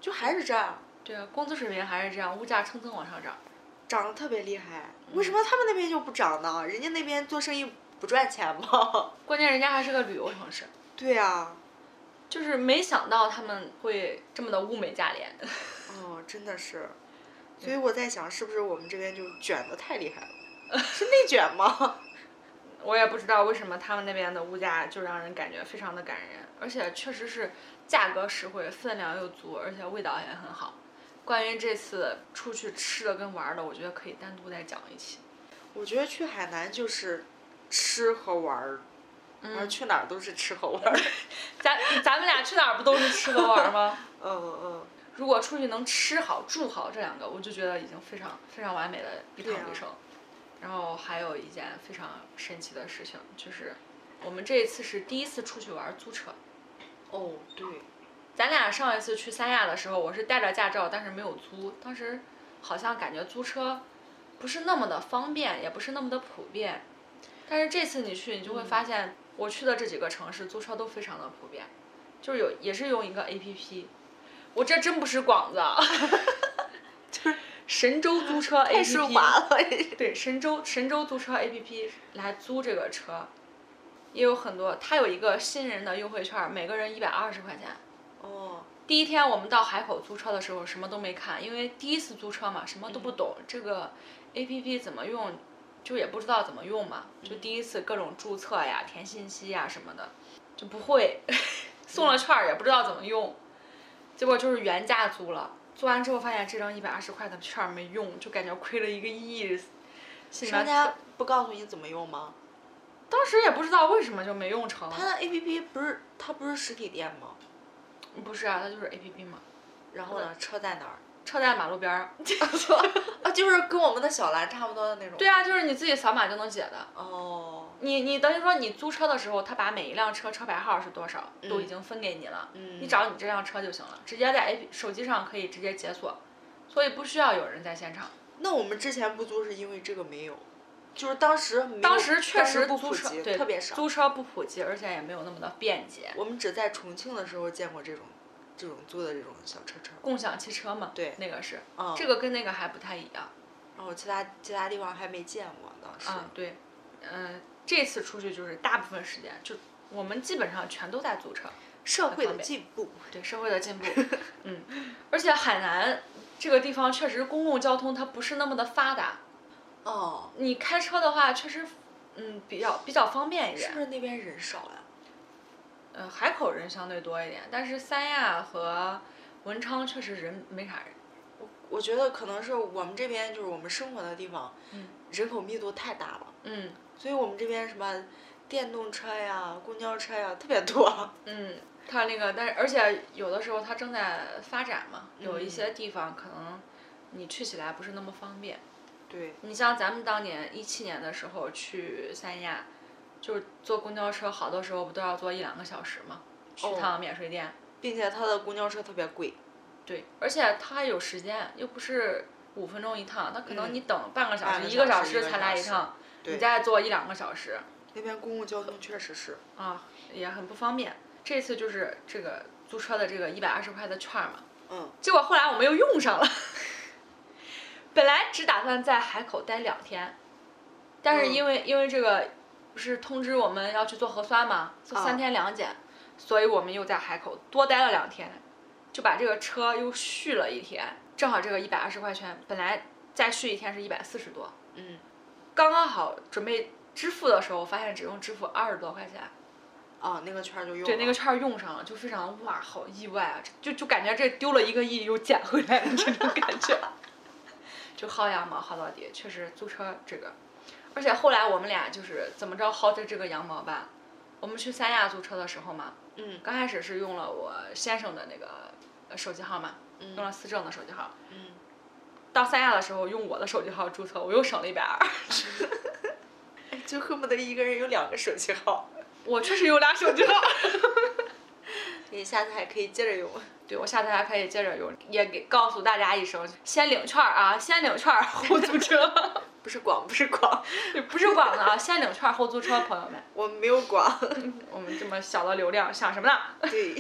Speaker 2: 就还是这样，
Speaker 1: 对啊，工资水平还是这样，物价蹭蹭往上涨。
Speaker 2: 涨得特别厉害。为什么他们那边就不涨呢？人家那边做生意不赚钱吗？
Speaker 1: 关键人家还是个旅游城市，
Speaker 2: [laughs] 对啊，
Speaker 1: 就是没想到他们会这么的物美价廉。
Speaker 2: 哦，真的是，所以我在想，是不是我们这边就卷的太厉害了？是内卷吗？
Speaker 1: 我也不知道为什么他们那边的物价就让人感觉非常的感人，而且确实是价格实惠，分量又足，而且味道也很好。关于这次出去吃的跟玩儿的，我觉得可以单独再讲一期。
Speaker 2: [laughs] 我觉得去海南就是吃和玩儿，然后
Speaker 1: 嗯，
Speaker 2: 去哪儿都是吃和玩儿。
Speaker 1: 咱咱们俩去哪儿不都是吃和玩儿吗？ [laughs]
Speaker 2: 嗯嗯，
Speaker 1: 如果出去能吃好住好这两个，我就觉得已经非常非常完美的一趟
Speaker 2: 对啊
Speaker 1: 旅程。然后还有一件非常神奇的事情，就是我们这一次是第一次出去玩儿租车。
Speaker 2: 哦对，
Speaker 1: 咱俩上一次去三亚的时候，我是带着驾照，但是没有租。当时好像感觉租车不是那么的方便，也不是那么的普遍。但是这次你去，你就会
Speaker 2: 嗯
Speaker 1: 发现，我去的这几个城市租车都非常的普遍，就是有也是用一个 A P P。我这真不是广子，啊， [laughs]
Speaker 2: 就是
Speaker 1: 神州租车 A
Speaker 2: 太
Speaker 1: P
Speaker 2: 奢
Speaker 1: P。
Speaker 2: 华了。
Speaker 1: 对，神州神州租车 APP 来租这个车，也有很多，它有一个新人的优惠券，每个人一百二十块钱。
Speaker 2: 哦，
Speaker 1: 第一天我们到海口租车的时候，什么都没看，因为第一次租车嘛，什么都不懂，这个 A P P 怎么用，就也不知道怎么用嘛，就第一次各种注册呀、填信息呀什么的，就不会， [laughs] 送了券儿也不知道怎么用，结果就是原价租了，租完之后发现这张一百二十块的券儿没用，就感觉亏了一个亿，心里
Speaker 2: 商
Speaker 1: 面
Speaker 2: 家不告诉你怎么用吗？
Speaker 1: 当时也不知道为什么就没用成，
Speaker 2: 它的 A P P 不是它不是实体店吗？
Speaker 1: 不是啊，它就是 A P P 嘛，
Speaker 2: 然后呢，车在哪儿？ [laughs]
Speaker 1: 车在马路边儿。
Speaker 2: 啊，就是跟我们的小蓝差不多的那种。
Speaker 1: 对啊，就是你自己扫码就能解的。
Speaker 2: 哦，
Speaker 1: 你你等于说你租车的时候，他把每一辆车车牌号是多少都已
Speaker 2: 嗯
Speaker 1: 经分给你了，
Speaker 2: 嗯，
Speaker 1: 你找你这辆车就行了，直接在 A P 手机上可以直接解锁，所以不需要有人在现场。
Speaker 2: 那我们之前不租是因为这个没有，就是当时没有
Speaker 1: 当时确实
Speaker 2: 不
Speaker 1: 租
Speaker 2: 普
Speaker 1: 车
Speaker 2: 及，
Speaker 1: 对
Speaker 2: 特别少。
Speaker 1: 租车不普及，而且也没有那么的便捷。
Speaker 2: 我们只在重庆的时候见过这种这种租的这种小车车，
Speaker 1: 共享汽车嘛，
Speaker 2: 对
Speaker 1: 那个是，
Speaker 2: 嗯，
Speaker 1: 这个跟那个还不太一样。
Speaker 2: 然后其他其他地方还没见过，当时
Speaker 1: 啊，对，嗯、这次出去就是大部分时间就我们基本上全都在租车，
Speaker 2: 社会
Speaker 1: 方
Speaker 2: 的
Speaker 1: 便
Speaker 2: 进步，
Speaker 1: 对社会的进步，嗯，而且海南这个地方确实公共交通它不是那么的发达，
Speaker 2: 哦，
Speaker 1: 你开车的话确实，嗯，比较比较方便一
Speaker 2: 是
Speaker 1: 点
Speaker 2: 不。是那边人少呀？
Speaker 1: 嗯、海口人相对多一点，但是三亚和文昌确实人没啥人。
Speaker 2: 我觉得可能是我们这边就是我们生活的地方，
Speaker 1: 嗯
Speaker 2: 人口密度太大了，
Speaker 1: 嗯
Speaker 2: 所以我们这边什么电动车呀、公交车呀特别多。
Speaker 1: 嗯，它那个，但是而且有的时候它正在发展嘛，有一
Speaker 2: 嗯
Speaker 1: 些地方可能你去起来不是那么方便。
Speaker 2: 对，
Speaker 1: 你像咱们当年一七年的时候去三亚，就是坐公交车，好多时候不都要坐一两个小时吗？去
Speaker 2: 哦
Speaker 1: 趟免税店。
Speaker 2: 并且它的公交车特别贵。
Speaker 1: 对，而且它有时间，又不是五分钟一趟，它可能
Speaker 2: 嗯
Speaker 1: 你等半个小时、
Speaker 2: 半个
Speaker 1: 一个
Speaker 2: 小
Speaker 1: 小
Speaker 2: 时
Speaker 1: 时
Speaker 2: 一个
Speaker 1: 才来一
Speaker 2: 小时
Speaker 1: 趟，你
Speaker 2: 对
Speaker 1: 再坐一两个小时，
Speaker 2: 那边公共交通确实是，
Speaker 1: 啊，也很不方便。这次就是这个租车的这个一百二十块的券儿嘛，
Speaker 2: 嗯，
Speaker 1: 结果后来我们又用上了。 [laughs] 本来只打算在海口待两天，但是
Speaker 2: 嗯
Speaker 1: 因为、因为这个不是通知我们要去做核酸嘛，做
Speaker 2: 啊
Speaker 1: 三天两检，所以我们又在海口多待了两天，就把这个车又续了一天，正好这个一百二十块钱，本来再续一天是一百四十多，
Speaker 2: 嗯，
Speaker 1: 刚刚好准备支付的时候，发现只用支付二十多块钱，
Speaker 2: 啊，那个券儿就用
Speaker 1: 对那个
Speaker 2: 了
Speaker 1: 券儿用上了，就非常哇，好意外啊！就就感觉这丢了一个亿又捡回来的这种感觉， [laughs] 就薅羊毛薅到底，确实租车这个，而且后来我们俩就是怎么着薅的这个羊毛吧。我们去三亚租车的时候嘛，
Speaker 2: 嗯
Speaker 1: 刚开始是用了我先生的那个呃手机号嘛，
Speaker 2: 嗯
Speaker 1: 用了思政的手机号。
Speaker 2: 嗯，
Speaker 1: 到三亚的时候用我的手机号注册，我又省了一百二。
Speaker 2: 哎就恨不得一个人有两个手机号。
Speaker 1: [laughs] 我确实有俩手机号。
Speaker 2: 你下次还可以接着用。
Speaker 1: 对，我下次还可以接着用，也给告诉大家一声，先领券儿啊，先领券儿 [laughs] 后租车，
Speaker 2: 不是广，不是广，
Speaker 1: 不是广的啊，先领券儿后租车，朋友们，
Speaker 2: 我们没有广。
Speaker 1: 我们这么小的流量想什么呢？
Speaker 2: 对，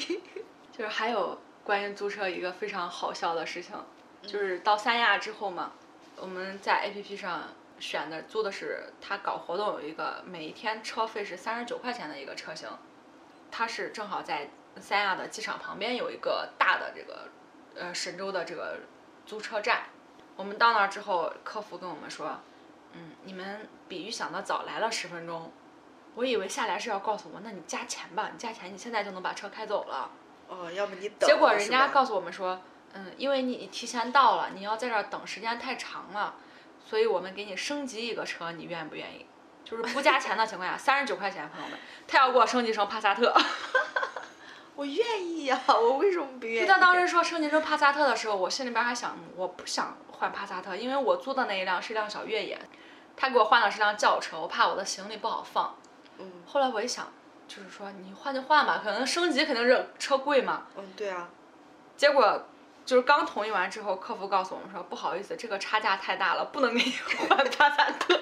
Speaker 1: 就是还有关于租车一个非常好笑的事情，就是到三亚之后嘛，我们在 APP 上选的租的是他搞活动有一个每一天车费是三十九块钱的一个车型，它是正好在三亚的机场旁边有一个大的这个呃神州的这个租车站，我们到那儿之后，客服跟我们说，嗯，你们比预想的早来了十分钟。我以为下来是要告诉我，那你加钱吧，你加钱，你现在就能把车开走了。
Speaker 2: 哦，要不你等。
Speaker 1: 结果人家告
Speaker 2: 诉，
Speaker 1: 诉我们说，嗯，因为你提前到了，你要在这儿等时间太长了，所以我们给你升级一个车，你愿不愿意？就是不加钱的情况下，三十九块钱，朋友们，他要给我升级成帕萨特。
Speaker 2: 我愿意呀、我为什么
Speaker 1: [laughs]
Speaker 2: 不愿意？
Speaker 1: 他当时说升级成帕萨特的时候，我心里边还想，嗯我不想换帕萨特，因为我租的那一辆是一辆小越野，他给我换的是辆轿车，我怕我的行李不好放。
Speaker 2: 嗯
Speaker 1: 后来我一想，就是说你换就换吧，可能升级肯定是车贵嘛，
Speaker 2: 嗯，对啊，
Speaker 1: 结果就是刚同意完之后，客服告诉我们说，不好意思，这个差价太大了，不能给你 [laughs] 换帕萨特。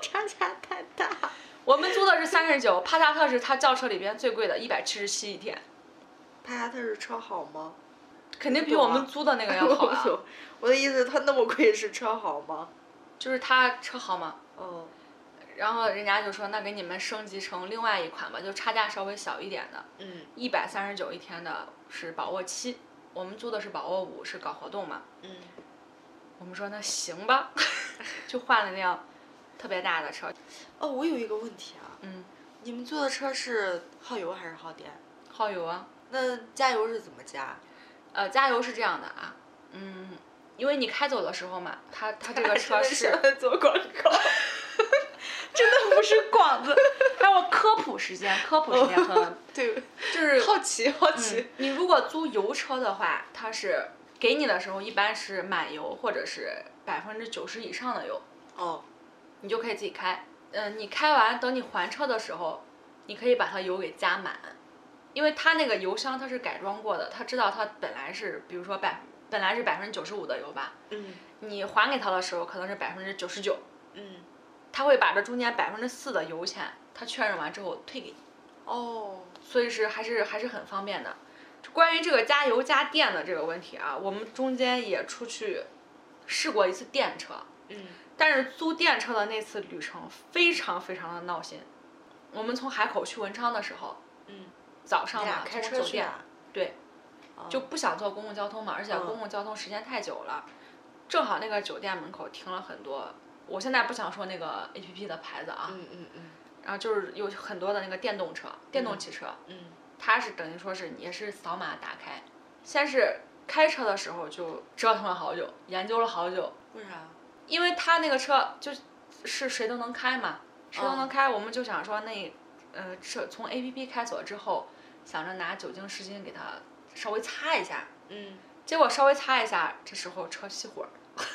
Speaker 2: 差价太大。
Speaker 1: 我们租的是三十九，帕萨特是他轿车里边最贵的，一百七十七一天，
Speaker 2: 帕萨特是车好吗？
Speaker 1: 肯定比我们租的那个要好 [laughs] 啊。
Speaker 2: 我 [laughs] 我的意思，它那么贵是车好吗？
Speaker 1: 就是他车好嘛，
Speaker 2: 哦，
Speaker 1: 然后人家就说，那给你们升级成另外一款吧，就差价稍微小一点的，
Speaker 2: 嗯
Speaker 1: 一百三十九一天的是把握七，我们租的是把握五，是搞活动嘛。
Speaker 2: 嗯
Speaker 1: 我们说那行吧， [laughs] 就换了辆特别大的车，
Speaker 2: 哦，我有一个问题啊，
Speaker 1: 嗯，
Speaker 2: 你们租的车是耗油还是耗电？
Speaker 1: 耗油啊。
Speaker 2: 那加油是怎么加？
Speaker 1: 呃，加油是这样的啊，嗯，因为你开走的时候嘛，它它这个
Speaker 2: [laughs]
Speaker 1: 车是，
Speaker 2: 在做广告。
Speaker 1: 真的不是广 [laughs] 子，还有科普时间，科普时间和
Speaker 2: [laughs] 对，
Speaker 1: 哦 [laughs]
Speaker 2: [laughs]
Speaker 1: 就是
Speaker 2: 好奇好
Speaker 1: 嗯
Speaker 2: 奇。
Speaker 1: 你如果租油车的话，它是给你的时候一般是满油或者是百分之九十以上的油，
Speaker 2: 哦，
Speaker 1: 你就可以自己开。嗯、你开完等你还车的时候，你可以把它油给加满，因为它那个油箱它是改装过的，它知道它本来是比如说百本来是百分之九十五的油吧，
Speaker 2: 嗯
Speaker 1: 你还给他的时候可能是百分之九十九，
Speaker 2: 嗯，
Speaker 1: 他会把这中间百分之四的油钱，他确认完之后退给你，
Speaker 2: 哦，
Speaker 1: 所以是还是还是很方便的。关于这个加油加电的这个问题啊，我们中间也出去试过一次电车，
Speaker 2: 嗯，
Speaker 1: 但是租电车的那次旅程非常非常的闹心。我们从海口去文昌的时候，
Speaker 2: 嗯，
Speaker 1: 早上
Speaker 2: 你
Speaker 1: 嘛
Speaker 2: 俩，开
Speaker 1: 从
Speaker 2: 车
Speaker 1: 酒
Speaker 2: 去
Speaker 1: 店
Speaker 2: 啊？
Speaker 1: 对，
Speaker 2: 哦
Speaker 1: 就不想坐公共交通嘛，而且
Speaker 2: 嗯
Speaker 1: 公共交通时间太久了，正好那个酒店门口停了很多。我现在不想说那个 A P P 的牌子啊，
Speaker 2: 嗯嗯嗯
Speaker 1: 然后就是有很多的那个电动车、电动汽车，
Speaker 2: 嗯，
Speaker 1: 它是等于说是你也是扫码打开，先是开车的时候就折腾了好久，研究了好久，
Speaker 2: 为啥？
Speaker 1: 因为他那个车就是是谁都能开嘛，谁都能开，我们就想说那，呃，车从 A P P 开锁之后，想着拿酒精湿巾给它稍微擦一下，
Speaker 2: 嗯
Speaker 1: 结果稍微擦一下，这时候车熄火了。 [laughs]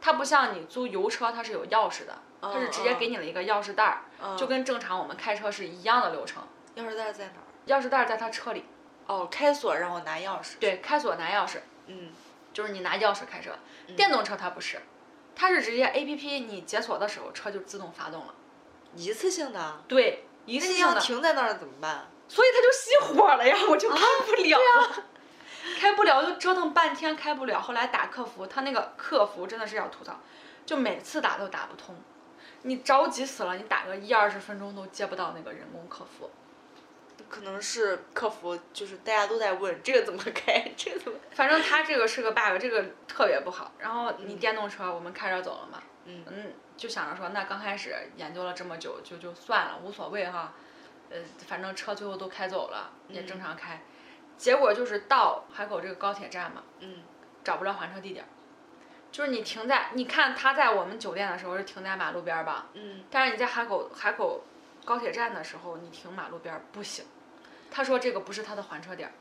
Speaker 1: 它不像你租油车，它是有钥匙的，它是直接给你了一个钥匙袋儿，
Speaker 2: 嗯，
Speaker 1: 就跟正常我们开车是一样的流程。
Speaker 2: 钥匙袋在哪儿？
Speaker 1: 钥匙袋儿在他车里，
Speaker 2: 哦，开锁让我拿钥匙。，
Speaker 1: 对，开锁拿钥匙，
Speaker 2: 嗯，
Speaker 1: 就是你拿钥匙开车。电动车它不是，它是直接 A P P 你解锁的时候车就自动发动了。
Speaker 2: 一次性的。
Speaker 1: 对，一
Speaker 2: 那
Speaker 1: 次
Speaker 2: 你
Speaker 1: 性
Speaker 2: 要
Speaker 1: 的，
Speaker 2: 停在那儿怎么办？
Speaker 1: 所以它就熄火了呀，我就开不了了。 [laughs] 开不了就折腾半天，开不了。后来打客服，他那个客服真的是要吐槽，就每次打都打不通，你着急死了，你打个一二十分钟都接不到那个人工客服。
Speaker 2: 可能是客服，就是大家都在问这个怎么开，这个怎么？
Speaker 1: 反正它这个是个 bug，这个特别不好。然后你电动车，我们开着走了嘛，
Speaker 2: 嗯
Speaker 1: 嗯，就想着说，那刚开始研究了这么久，就就算了，无所谓哈，呃，反正车最后都开走了，
Speaker 2: 嗯
Speaker 1: 也正常开。结果就是到海口这个高铁站嘛，
Speaker 2: 嗯
Speaker 1: 找不着还车地点儿，就是你停在，你看他在我们酒店的时候是停在马路边儿吧，
Speaker 2: 嗯，
Speaker 1: 但是你在海口海口高铁站的时候，你停马路边儿不行，他说这个不是他的还车点儿，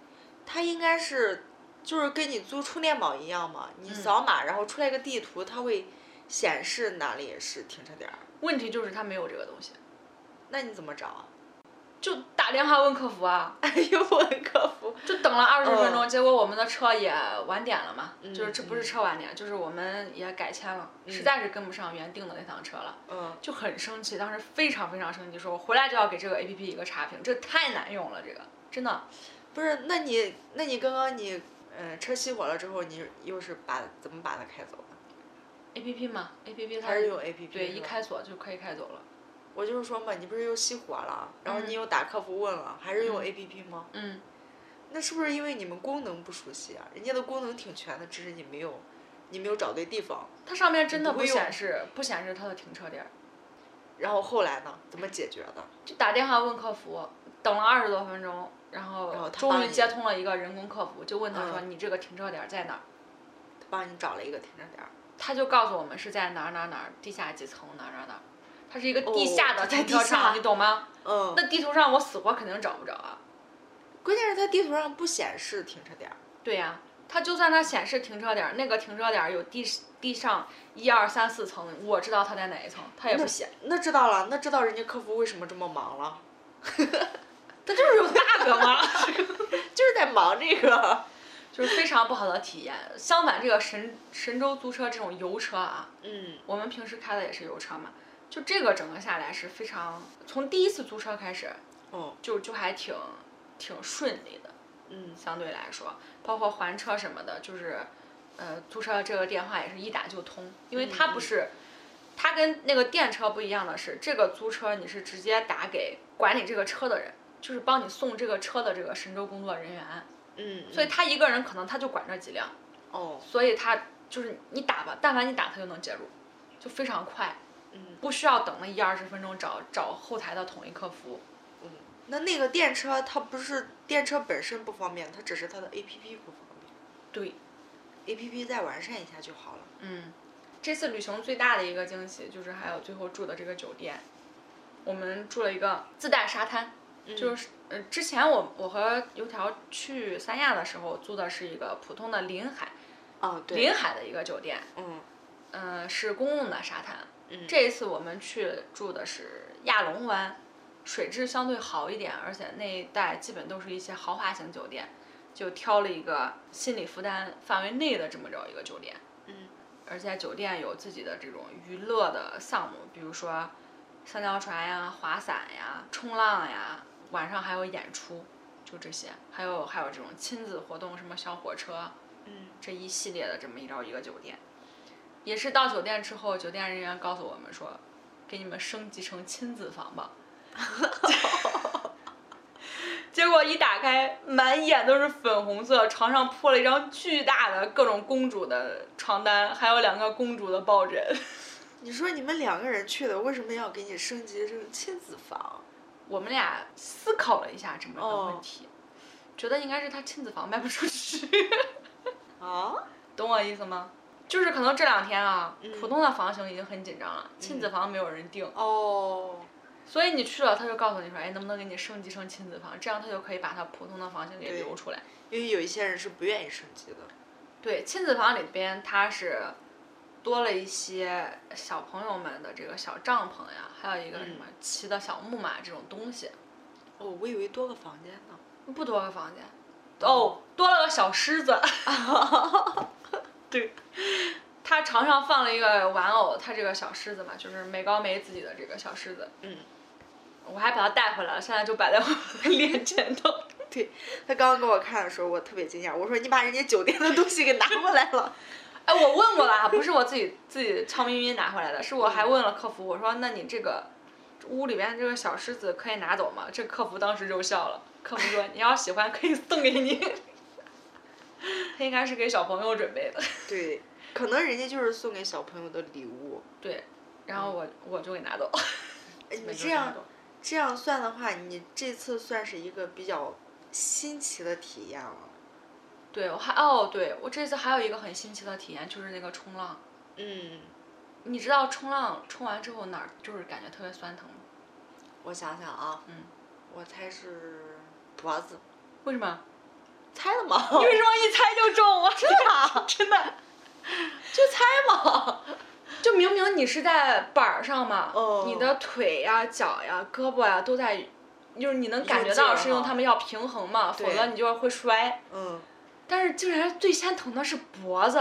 Speaker 2: 它应该是，就是跟你租充电宝一样嘛，
Speaker 1: 嗯
Speaker 2: 你扫码，然后出来个地图，它会显示哪里是停车点儿。
Speaker 1: 问题就是他没有这个东西，
Speaker 2: 那你怎么找啊？ [laughs]
Speaker 1: 就打电话问客服啊，
Speaker 2: 哎呦，我的客服。
Speaker 1: 就等了二十
Speaker 2: 嗯
Speaker 1: 分钟，结果我们的车也晚点了嘛，就是这
Speaker 2: 嗯
Speaker 1: 不是车晚点，就是我们也改签了，实在是跟不上原定的那趟车了，
Speaker 2: 嗯
Speaker 1: 就很生气，当时非常非常生气，说我回来就要给这个 A P P 一个差评，这太难用了，这个真的，
Speaker 2: 不是，那你那你刚刚你，嗯，车熄火了之后，你又是把怎么把它开走的？
Speaker 1: A P P 嘛，A P P 它
Speaker 2: 还是用 A P P？
Speaker 1: 对一开锁就可以开走了，
Speaker 2: 我就是说嘛，你不是又熄火了，然后
Speaker 1: 嗯
Speaker 2: 你又打客服问了，还是用
Speaker 1: 嗯
Speaker 2: A P P 吗？
Speaker 1: 嗯，
Speaker 2: 那是不是因为你们功能不熟悉啊？人家的功能挺全的，只是你没有，你没有找对地方。
Speaker 1: 它上面真的
Speaker 2: 不
Speaker 1: 不
Speaker 2: 会用
Speaker 1: 显示不显示它的停车点儿，
Speaker 2: 然后后来呢？怎么解决的？
Speaker 1: 就打电话问客服，等了二十多分钟，然
Speaker 2: 然
Speaker 1: 后
Speaker 2: 后他帮
Speaker 1: 终于
Speaker 2: 你
Speaker 1: 接通了一个人工客服，就问他说
Speaker 2: 嗯
Speaker 1: 你这个停车点儿在哪儿？
Speaker 2: 他帮你找了一个停车点儿。
Speaker 1: 他就告诉我们是在哪儿哪儿哪儿地下几层哪儿哪儿哪儿，它是一个
Speaker 2: 哦
Speaker 1: 地下的
Speaker 2: 在
Speaker 1: 停
Speaker 2: 地
Speaker 1: 车场，
Speaker 2: 下
Speaker 1: 你懂吗？
Speaker 2: 嗯。
Speaker 1: 那地图上我死活肯定找不着啊。
Speaker 2: 关键是它地图上不显示停车点儿。
Speaker 1: 对呀、它就算它显示停车点儿，那个停车点儿有地地上一二三四层，我知道它在哪一层，它也不写，
Speaker 2: 那知道了，那知道人家客服为什么这么忙了，
Speaker 1: 它就是有 bug 嘛，
Speaker 2: 就是在忙这个。
Speaker 1: [laughs] 就是非常不好的体验。相反，这个神神州租车这种油车啊，
Speaker 2: 嗯
Speaker 1: 我们平时开的也是油车嘛，就这个整个下来是非常从第一次租车开始，
Speaker 2: 哦
Speaker 1: 就就还挺挺顺利的。
Speaker 2: 嗯
Speaker 1: 相对来说，包括还车什么的，就是，呃，租车这个电话也是一打就通，因为它
Speaker 2: 嗯
Speaker 1: 不是，它跟那个电车不一样的是，这个租车你是直接打给管理这个车的人，就是帮你送这个车的这个神州工作人员，
Speaker 2: 嗯。
Speaker 1: 所以他一个人可能他就管这几辆，
Speaker 2: 哦
Speaker 1: 所以他就是你打吧，但凡你打他就能介入，就非常快，
Speaker 2: 嗯
Speaker 1: 不需要等了一二十分钟找找后台的统一客服，
Speaker 2: 嗯。那那个电车它不是电车本身不方便，它只是它的 A P P 不方便
Speaker 1: 对，
Speaker 2: ，A P P 再完善一下就好了。
Speaker 1: 嗯，这次旅行最大的一个惊喜就是还有最后住的这个酒店，我们住了一个自带沙滩，就是呃，之前我我和油条去三亚的时候租的是一个普通的临海
Speaker 2: 啊，对，
Speaker 1: 临海的一个酒店，
Speaker 2: 嗯
Speaker 1: 嗯、是公共的沙滩。
Speaker 2: 嗯，
Speaker 1: 这一次我们去住的是亚龙湾，水质相对好一点，而且那一带基本都是一些豪华型酒店，就挑了一个心理负担范围内的这么着一个酒店。
Speaker 2: 嗯
Speaker 1: 而且酒店有自己的这种娱乐的项目，比如说三条船呀、滑伞呀、冲浪呀，晚上还有演出，就这些，还有还有这种亲子活动，什么小火车
Speaker 2: 嗯
Speaker 1: 这一系列的这么一招一个酒店。也是到酒店之后，酒店人员告诉我们说，给你们升级成亲子房吧。 [laughs] 结果一打开，满眼都是粉红色，床上铺了一张巨大的各种公主的床单，还有两个公主的抱枕。
Speaker 2: 你说你们两个人去的，为什么要给你升级成亲子房？
Speaker 1: 我们俩思考了一下这么一个
Speaker 2: 哦
Speaker 1: 问题，觉得应该是他亲子房卖不出去， [laughs]
Speaker 2: 啊？
Speaker 1: 懂我意思吗？就是可能这两天啊，
Speaker 2: 嗯
Speaker 1: 普通的房型已经很紧张了，亲子房没有人订，
Speaker 2: 哦，
Speaker 1: 所以你去了，他就告诉你说，哎，能不能给你升级成亲子房？这样他就可以把他普通的房型给
Speaker 2: 对
Speaker 1: 留出来。
Speaker 2: 因为有一些人是不愿意升级的。
Speaker 1: 对，亲子房里边它是多了一些小朋友们的这个小帐篷呀，还有一个
Speaker 2: 嗯
Speaker 1: 什么骑的小木马这种东西，
Speaker 2: 哦，我以为多个房间呢。
Speaker 1: 不多个房间。哦，多了个小狮 [laughs] 子。
Speaker 2: 对，
Speaker 1: 他床上放了一个玩偶，他这个小狮子嘛，就是美高梅自己的这个小狮子。
Speaker 2: 嗯，
Speaker 1: 我还把它带回来了，现在就摆在我的脸前头。
Speaker 2: 对他刚刚给我看的时候，我特别惊讶，我说你把人家酒店的东西给拿过来了。
Speaker 1: [laughs] 哎，我问过了啊，不是我自己自己悄咪咪拿回来的，是我还问了客服，我说那你这个屋里边这个小狮子可以拿走吗？这客服当时就笑了，客服说你要喜欢可以送给你， [laughs] 他应该是给小朋友准备的。
Speaker 2: [laughs] 对，可能人家就是送给小朋友的礼物。
Speaker 1: 对，然后我我就给拿走。
Speaker 2: 哎你
Speaker 1: 没
Speaker 2: 这
Speaker 1: 有拿
Speaker 2: 样
Speaker 1: 走
Speaker 2: 这样算的话，你这次算是一个比较新奇的体验了。
Speaker 1: 对，我还哦，对我这次还有一个很新奇的体验，就是那个冲浪。
Speaker 2: 嗯，
Speaker 1: 你知道冲浪冲完之后哪儿就是感觉特别酸疼吗？
Speaker 2: 我想想啊，
Speaker 1: 嗯，
Speaker 2: 我猜是脖子，
Speaker 1: 为什么？ [laughs]
Speaker 2: 猜的嘛，
Speaker 1: 你为什么一猜就中啊？真 [laughs] 的啊，真的。
Speaker 2: 就猜嘛。
Speaker 1: [laughs] 就明明你是在板儿上嘛，
Speaker 2: 哦
Speaker 1: 你的腿呀、脚呀、胳膊呀都在，就是你能感觉
Speaker 2: 用劲
Speaker 1: 到
Speaker 2: 儿
Speaker 1: 是用
Speaker 2: 哈
Speaker 1: 它们要平衡嘛，否
Speaker 2: 对
Speaker 1: 则你就会摔。
Speaker 2: 嗯，
Speaker 1: 但是竟然最先疼的是脖子，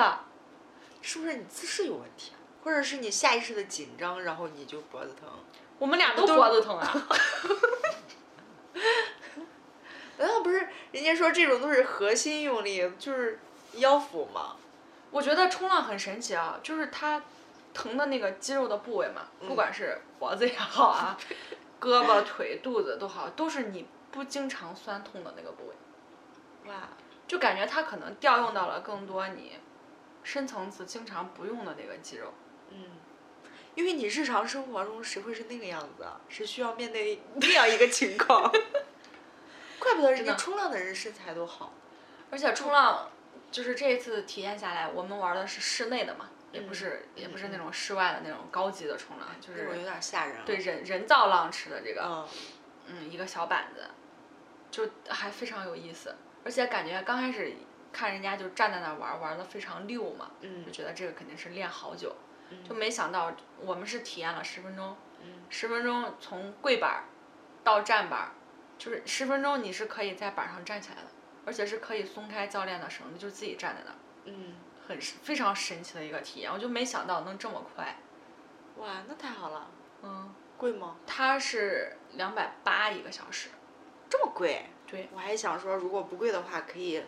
Speaker 2: 是不是你姿势有问题啊？或者是你下意识的紧张，然后你就脖子疼？
Speaker 1: 我们俩都
Speaker 2: 都
Speaker 1: 脖子疼啊。
Speaker 2: 难道不是人家说这种都是核心用力，就是腰腹嘛？
Speaker 1: 我觉得冲浪很神奇啊，就是它疼的那个肌肉的部位嘛，不
Speaker 2: 嗯
Speaker 1: 管是脖子也好
Speaker 2: [laughs]
Speaker 1: 啊，胳膊、腿、肚子都好，都是你不经常酸痛的那个部位。
Speaker 2: 哇，
Speaker 1: 就感觉它可能调用到了更多你深层次经常不用的那个肌肉。
Speaker 2: 嗯，因为你日常生活中谁会是那个样子啊？谁需要
Speaker 1: [laughs]
Speaker 2: 面对那样一个情况？ [laughs] 怪不得人
Speaker 1: 真
Speaker 2: 家
Speaker 1: 的
Speaker 2: 冲浪的人身材都好。
Speaker 1: 而且冲浪，就是这一次体验下来，我们玩的是室内的嘛，也不
Speaker 2: 嗯
Speaker 1: 是也不是那
Speaker 2: 嗯啊
Speaker 1: 种室外的那种高级的冲浪，就
Speaker 2: 那种有
Speaker 1: 是
Speaker 2: 点吓人了。
Speaker 1: 对，人啊人造浪池的这个，
Speaker 2: 嗯，
Speaker 1: 嗯，一个小板子，就还非常有意思，而且感觉刚开始看人家就站在那儿玩儿，玩的非常溜嘛，就
Speaker 2: 嗯，
Speaker 1: 觉得这个肯定是练好久，
Speaker 2: 嗯
Speaker 1: 就没想到我们是体验了十分钟，
Speaker 2: 嗯
Speaker 1: 十分钟从跪板儿到站板儿，就是十分钟你是可以在板儿上站起来的，而且是可以松开教练的绳子，就自己站在那儿，
Speaker 2: 嗯，
Speaker 1: 很是非常神奇的一个体验。我就没想到能这么快。
Speaker 2: 哇，那太好了。
Speaker 1: 嗯，
Speaker 2: 贵吗？
Speaker 1: 它是两百八一个小时。
Speaker 2: 这么贵？
Speaker 1: 对，
Speaker 2: 我还想说，如果不贵的话，可以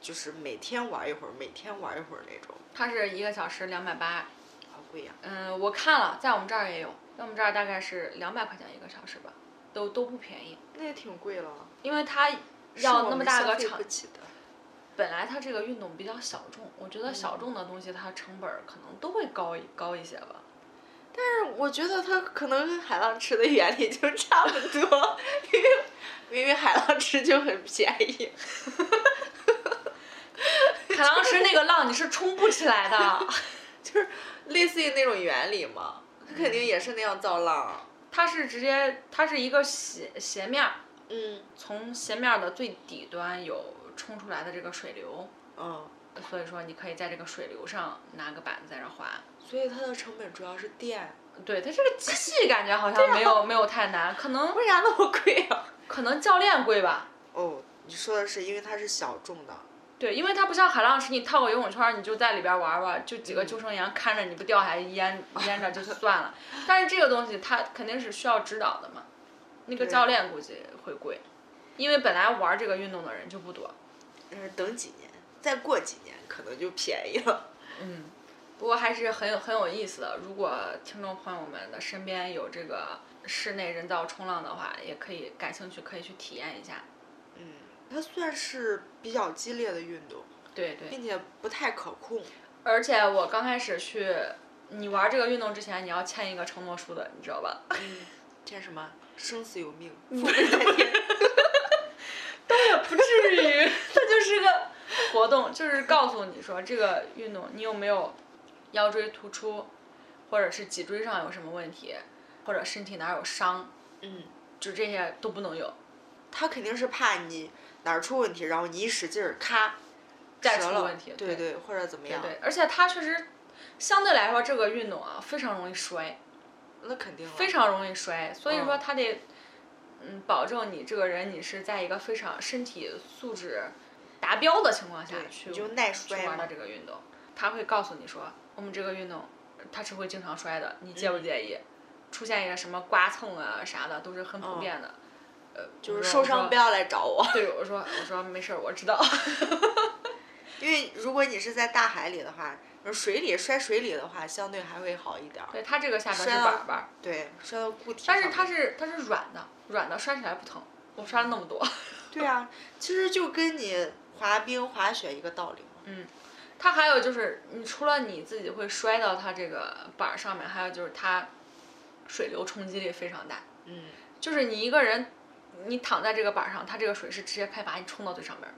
Speaker 2: 就是每天玩一会儿，每天玩一会儿那种。
Speaker 1: 它是一个小时两百八。
Speaker 2: 好贵呀、
Speaker 1: 嗯，我看了，在我们这儿也有，在我们这儿大概是两百块钱一个小时吧，都都不便宜，
Speaker 2: 那也挺贵了。
Speaker 1: 因为它
Speaker 2: 是
Speaker 1: 哎要
Speaker 2: 我
Speaker 1: 那么
Speaker 2: 们
Speaker 1: 大
Speaker 2: 消
Speaker 1: 个
Speaker 2: 费
Speaker 1: 场
Speaker 2: 不起的。
Speaker 1: 本来它这个运动比较小众，我觉得小众的东西它成本儿可能都会高一高一些
Speaker 2: [laughs]
Speaker 1: 吧。
Speaker 2: 但是我觉得它可能跟海浪池的原理就差不多， [laughs] 因为因为海浪池就很便宜。
Speaker 1: 海浪石那个浪你是冲不起来的， [laughs]
Speaker 2: 就是类似于那种原理嘛，它肯定也是那样造浪。啊
Speaker 1: 它是直接它是一个斜斜面儿，
Speaker 2: 嗯，
Speaker 1: 从鞋面儿的最底端有冲出来的这个水流，
Speaker 2: 哦，
Speaker 1: 所以说你可以在这个水流上拿个板子在这儿划。
Speaker 2: 所以它的成本主要是电，
Speaker 1: 对，它这个机器感觉好像没有、没有太难，可能
Speaker 2: 为啥那么贵啊？
Speaker 1: 可能教练贵吧。
Speaker 2: 哦，你说的是因为它是小众的，
Speaker 1: 对，因为它不像海浪池，你套个游泳圈儿，你就在里边儿玩儿玩儿，就几个救生员看着你不掉下来淹淹着就算了。但是这个东西它肯定是需要指导的嘛，那个
Speaker 2: 对
Speaker 1: 教练估计会贵，因为本来玩儿这个运动的人就不多。
Speaker 2: 但是等几年，再过几年可能就便宜了。
Speaker 1: 嗯，不过还是很有很有意思的。如果听众朋友们的身边有这个室内人造冲浪的话，也可以感兴趣可以去体验一下。
Speaker 2: 嗯，它算是比较激烈的运动，
Speaker 1: 对对，
Speaker 2: 并且不太可控。
Speaker 1: 而且我刚开始去你玩这个运动之前，你要签一个承诺书的，你知道吧？
Speaker 2: 嗯，这什么？生死有命，父辈在天。
Speaker 1: [laughs] 不至于，它就是个活动，就是告诉你说这个运动你有没有腰椎突出，或者是脊椎上有什么问题，或者身体哪有伤，
Speaker 2: 嗯，
Speaker 1: 就这些都不能有。
Speaker 2: 他肯定是怕你哪儿出问题，然后你一使劲儿，咔，
Speaker 1: 再
Speaker 2: 折
Speaker 1: 出
Speaker 2: 了
Speaker 1: 问题
Speaker 2: 对
Speaker 1: 对
Speaker 2: 对，或者怎么样？
Speaker 1: 对，而且它确实相对来说这个运动啊非常容易摔，
Speaker 2: 那肯定了。
Speaker 1: 非常容易摔，所以说
Speaker 2: 嗯
Speaker 1: 它得嗯保证你这个人你是在一个非常身体素质达标的情况下
Speaker 2: 对
Speaker 1: 去
Speaker 2: 你就耐
Speaker 1: 去
Speaker 2: 摔
Speaker 1: 玩的
Speaker 2: 嘛。
Speaker 1: 这个运动，他会告诉你说我们这个运动它是会经常摔的，你
Speaker 2: 嗯
Speaker 1: 介不介意？出现一个什么刮蹭啊啥的都是很普
Speaker 2: 嗯
Speaker 1: 遍的，呃，
Speaker 2: 就
Speaker 1: 我
Speaker 2: 是
Speaker 1: 说
Speaker 2: 受
Speaker 1: 我
Speaker 2: 伤
Speaker 1: 说
Speaker 2: 不要来找我，
Speaker 1: 对，我说我说没事儿，我知道。 [laughs]
Speaker 2: 因为如果你是在大海里的话，水里摔水里的话，相对还会好一点儿。
Speaker 1: 对，它这个下边是
Speaker 2: 摔到
Speaker 1: 板板，
Speaker 2: 啊对，摔到固体上
Speaker 1: 但
Speaker 2: 面。
Speaker 1: 是它是它是软的，软的摔起来不疼。我摔了那么多，
Speaker 2: 对啊，其实就跟你滑冰、滑雪一个道理嘛。
Speaker 1: 嗯它还有就是，你除了你自己会摔到它这个板儿上面，还有就是它水流冲击力非常大，
Speaker 2: 嗯，
Speaker 1: 就是你一个人，你躺在这个板儿上，它这个水是直接开把你冲到最上面儿，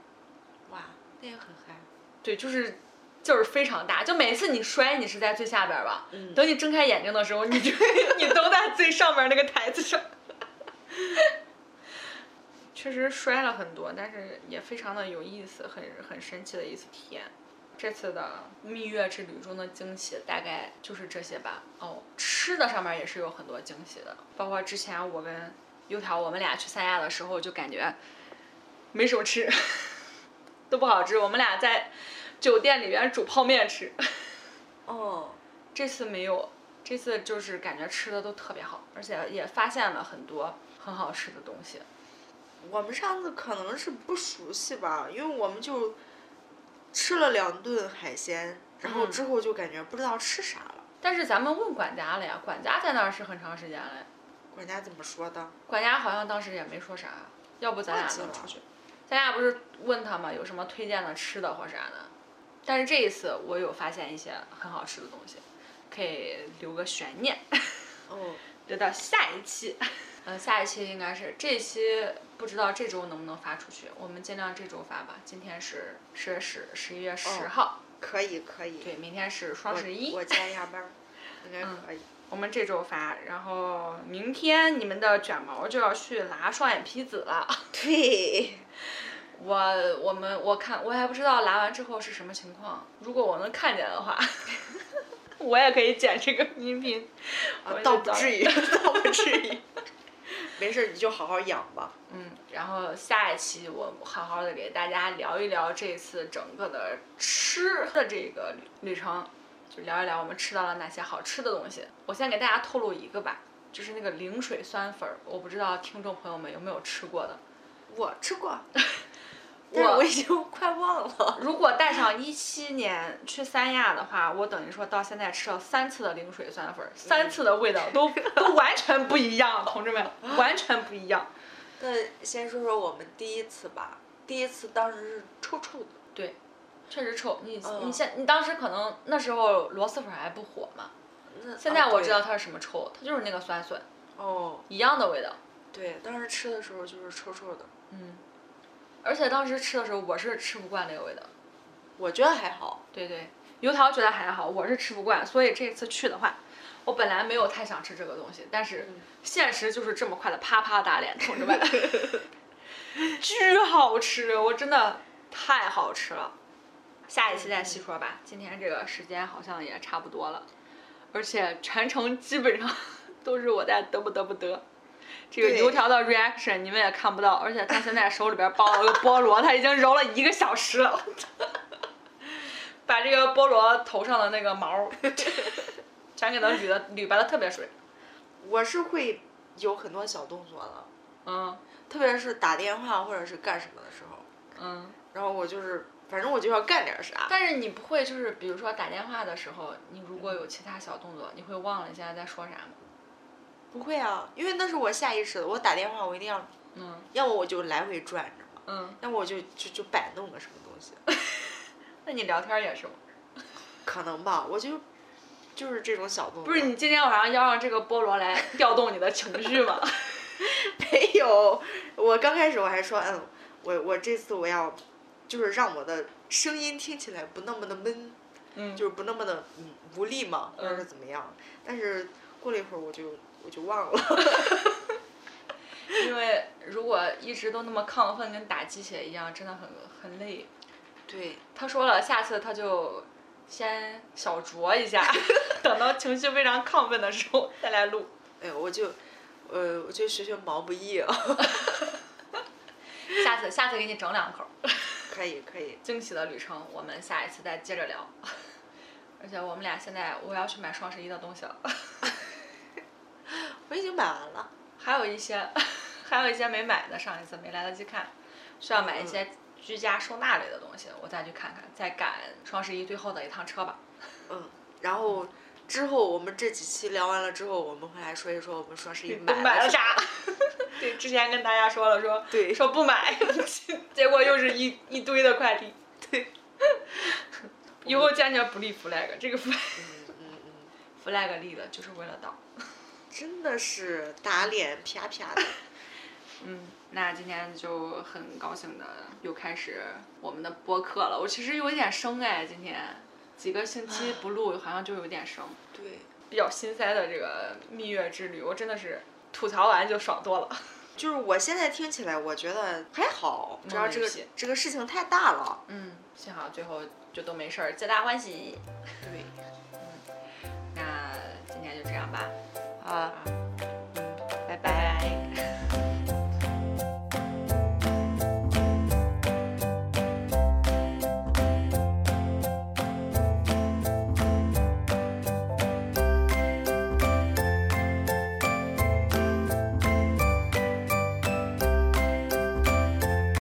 Speaker 2: 哇，那也很嗨。
Speaker 1: 对，就是就是非常大，就每次你摔你是在最下边儿吧，
Speaker 2: 嗯
Speaker 1: 等你睁开眼睛的时候， [laughs] 你就你都在最上面那个台子上。 [laughs] 确实摔了很多，但是也非常的有意思，很很神奇的一次体验。这次的蜜月之旅中的惊喜大概就是这些吧。哦，吃的上面也是有很多惊喜的，包括之前我跟油条我们俩去三亚的时候，就感觉没什么吃， [laughs] 都不好吃。我们俩在酒店里边煮泡面吃，
Speaker 2: 哦，
Speaker 1: 这次没有，这次就是感觉吃的都特别好，而且也发现了很多很好吃的东西。
Speaker 2: 我们上次可能是不熟悉吧，因为我们就吃了两顿海鲜，然后
Speaker 1: 嗯
Speaker 2: 之后就感觉不知道吃啥了。
Speaker 1: 但是咱们问管家了呀，管家在那儿是很长时间了呀，
Speaker 2: 管家怎么说的？
Speaker 1: 管家好像当时也没说啥，要不咱俩
Speaker 2: 忘记
Speaker 1: 能
Speaker 2: 了
Speaker 1: 出去？咱俩不是问他嘛，有什么推荐的吃的或啥的？但是这一次我有发现一些很好吃的东西，可以留个悬念。
Speaker 2: 哦，
Speaker 1: 留到下一 [laughs] 期。嗯，下一期应该是这一期，不知道这周能不能发出去，我们尽量这周发吧。今天是十月十，十一月十号，
Speaker 2: 可以可以。
Speaker 1: 对，明天是双
Speaker 2: 我
Speaker 1: 十一，
Speaker 2: 我加一下班儿，应该
Speaker 1: 嗯
Speaker 2: 可以。
Speaker 1: 我们这周发，然后明天你们的卷毛就要去拉双眼皮子了。
Speaker 2: 对，
Speaker 1: 我我们我看我还不知道拉完之后是什么情况，如果我能看见的话， [laughs] 我也可以剪这个音频。我就
Speaker 2: 倒不
Speaker 1: 早
Speaker 2: 至于，倒不至于。没事儿，你就好好养吧。
Speaker 1: 嗯，然后下一期我好好的给大家聊一聊这次整个的吃的这个旅程，就聊一聊我们吃到了哪些好吃的东西。我先给大家透露一个吧，就是那个灵水酸粉儿，我不知道听众朋友们有没有吃过的。
Speaker 2: 我吃 [laughs] 过，但是
Speaker 1: 我
Speaker 2: 我已经快忘了。
Speaker 1: 哦如果带上一七年去三亚的话，我等于说到现在吃了三次的灵水酸粉儿，三次的味道都都完全不一样，同志们，完全不一样。
Speaker 2: [laughs] 那先说说我们第一次吧，第一次当时是臭臭的。
Speaker 1: 对，确实臭。你、你
Speaker 2: 嗯
Speaker 1: 现你当时可能那时候螺蛳粉还不火嘛，
Speaker 2: 那
Speaker 1: 现在
Speaker 2: 啊
Speaker 1: 我
Speaker 2: 对
Speaker 1: 知道它是什么臭，它就是那个酸笋，
Speaker 2: 哦，
Speaker 1: 一样的味道。
Speaker 2: 对，当时吃的时候就是臭臭的，
Speaker 1: 嗯，而且当时吃的时候我是吃不惯那个味道。
Speaker 2: 我觉得还好。
Speaker 1: 对对，油条觉得还好，我是吃不惯，所以这次去的话，我本来没有太想吃这个东西，但是
Speaker 2: 嗯
Speaker 1: 现实就是这么快的啪啪打脸，同志们。巨好吃，我真的太好吃了。下一期再细说吧，今天这个时间好像也差不多了，而且全程基本上都是我在嘚不嘚不嘚。这个
Speaker 2: 对
Speaker 1: 油条的 reaction 你们也看不到，而且他现在手里边抱了个菠萝，他已经揉了一个小时了，把这个菠萝头上的那个毛儿 [laughs] 全给它捋的捋白的特别水。
Speaker 2: 我是会有很多小动作的，
Speaker 1: 嗯
Speaker 2: 特别是打电话或者是干什么的时候，
Speaker 1: 嗯，
Speaker 2: 然后我就是反正我就要干点啥。
Speaker 1: 但是你不会就是比如说打电话的时候，你如果有其他小动作，你会忘了你现在在说啥吗？
Speaker 2: 不会啊，因为那是我下意识的，我打电话我一定要，
Speaker 1: 嗯
Speaker 2: 要么我就来回转着嘛，
Speaker 1: 嗯，
Speaker 2: 要么我就就就摆弄个什么东西，
Speaker 1: 那你聊天也是吗？
Speaker 2: 可能吧，我就就是这种小动作。
Speaker 1: 不是你今天晚上要让这个菠萝来调动你的情绪吗？ [laughs]
Speaker 2: 没 [laughs] 有，我刚开始我还说，嗯，我我这次我要，就是让我的声音听起来不那么的闷，
Speaker 1: 嗯
Speaker 2: 就是不那么的嗯无力嘛，或者是
Speaker 1: 嗯
Speaker 2: 怎么样。但是过了一会儿我就我就忘了， [laughs]
Speaker 1: 因为如果一直都那么亢奋，跟打鸡血一样，真的很很累。
Speaker 2: 对，
Speaker 1: 他说了，下次他就先小酌一下， [laughs] 等到情绪非常亢奋的时候再来录。
Speaker 2: 哎，我就，呃，我就学学毛不易啊， [laughs]
Speaker 1: 下次下次给你整两口。
Speaker 2: 可以可以，
Speaker 1: 惊喜的旅程，我们下一次再接着聊。 [laughs] 而且我们俩现在我要去买双十一的东西了，
Speaker 2: 我已经买完了，
Speaker 1: 还有一些 [laughs] 还有一些没买的，上一次没来得及看，需要买一
Speaker 2: 嗯
Speaker 1: 些居家收纳类的东西，我再去看看，再赶双十一最后的一趟车吧。
Speaker 2: 嗯，然后。之后我们这几期聊完了之后，我们会来说一说我们双十一
Speaker 1: 都
Speaker 2: 买
Speaker 1: [laughs] 买了
Speaker 2: 什么
Speaker 1: 啥？对，之前跟大家说了说
Speaker 2: 对，
Speaker 1: 说不买， [laughs] 结果又是一一堆的快递。
Speaker 2: 对，
Speaker 1: [laughs] 以后坚决不立 flag，这个 flag
Speaker 2: 嗯嗯嗯，
Speaker 1: flag 立的就是为了倒。
Speaker 2: 真的是打脸啪啪的。
Speaker 1: 嗯，那今天就很高兴的又开始我们的播客了。我其实有一点生哎，今天几个星期不录，好像就有点生。
Speaker 2: 对，
Speaker 1: 比较心塞的这个蜜月之旅，我真的是吐槽完就爽多了。
Speaker 2: 就是我现在听起来，我觉得还好，主要这
Speaker 1: 没
Speaker 2: 个
Speaker 1: 关系
Speaker 2: 这个事情太大了。
Speaker 1: [laughs] 嗯，幸好最后就都没事儿，皆大欢喜。
Speaker 2: 对，
Speaker 1: 那今天就这样吧。
Speaker 2: 啊，
Speaker 1: 啊，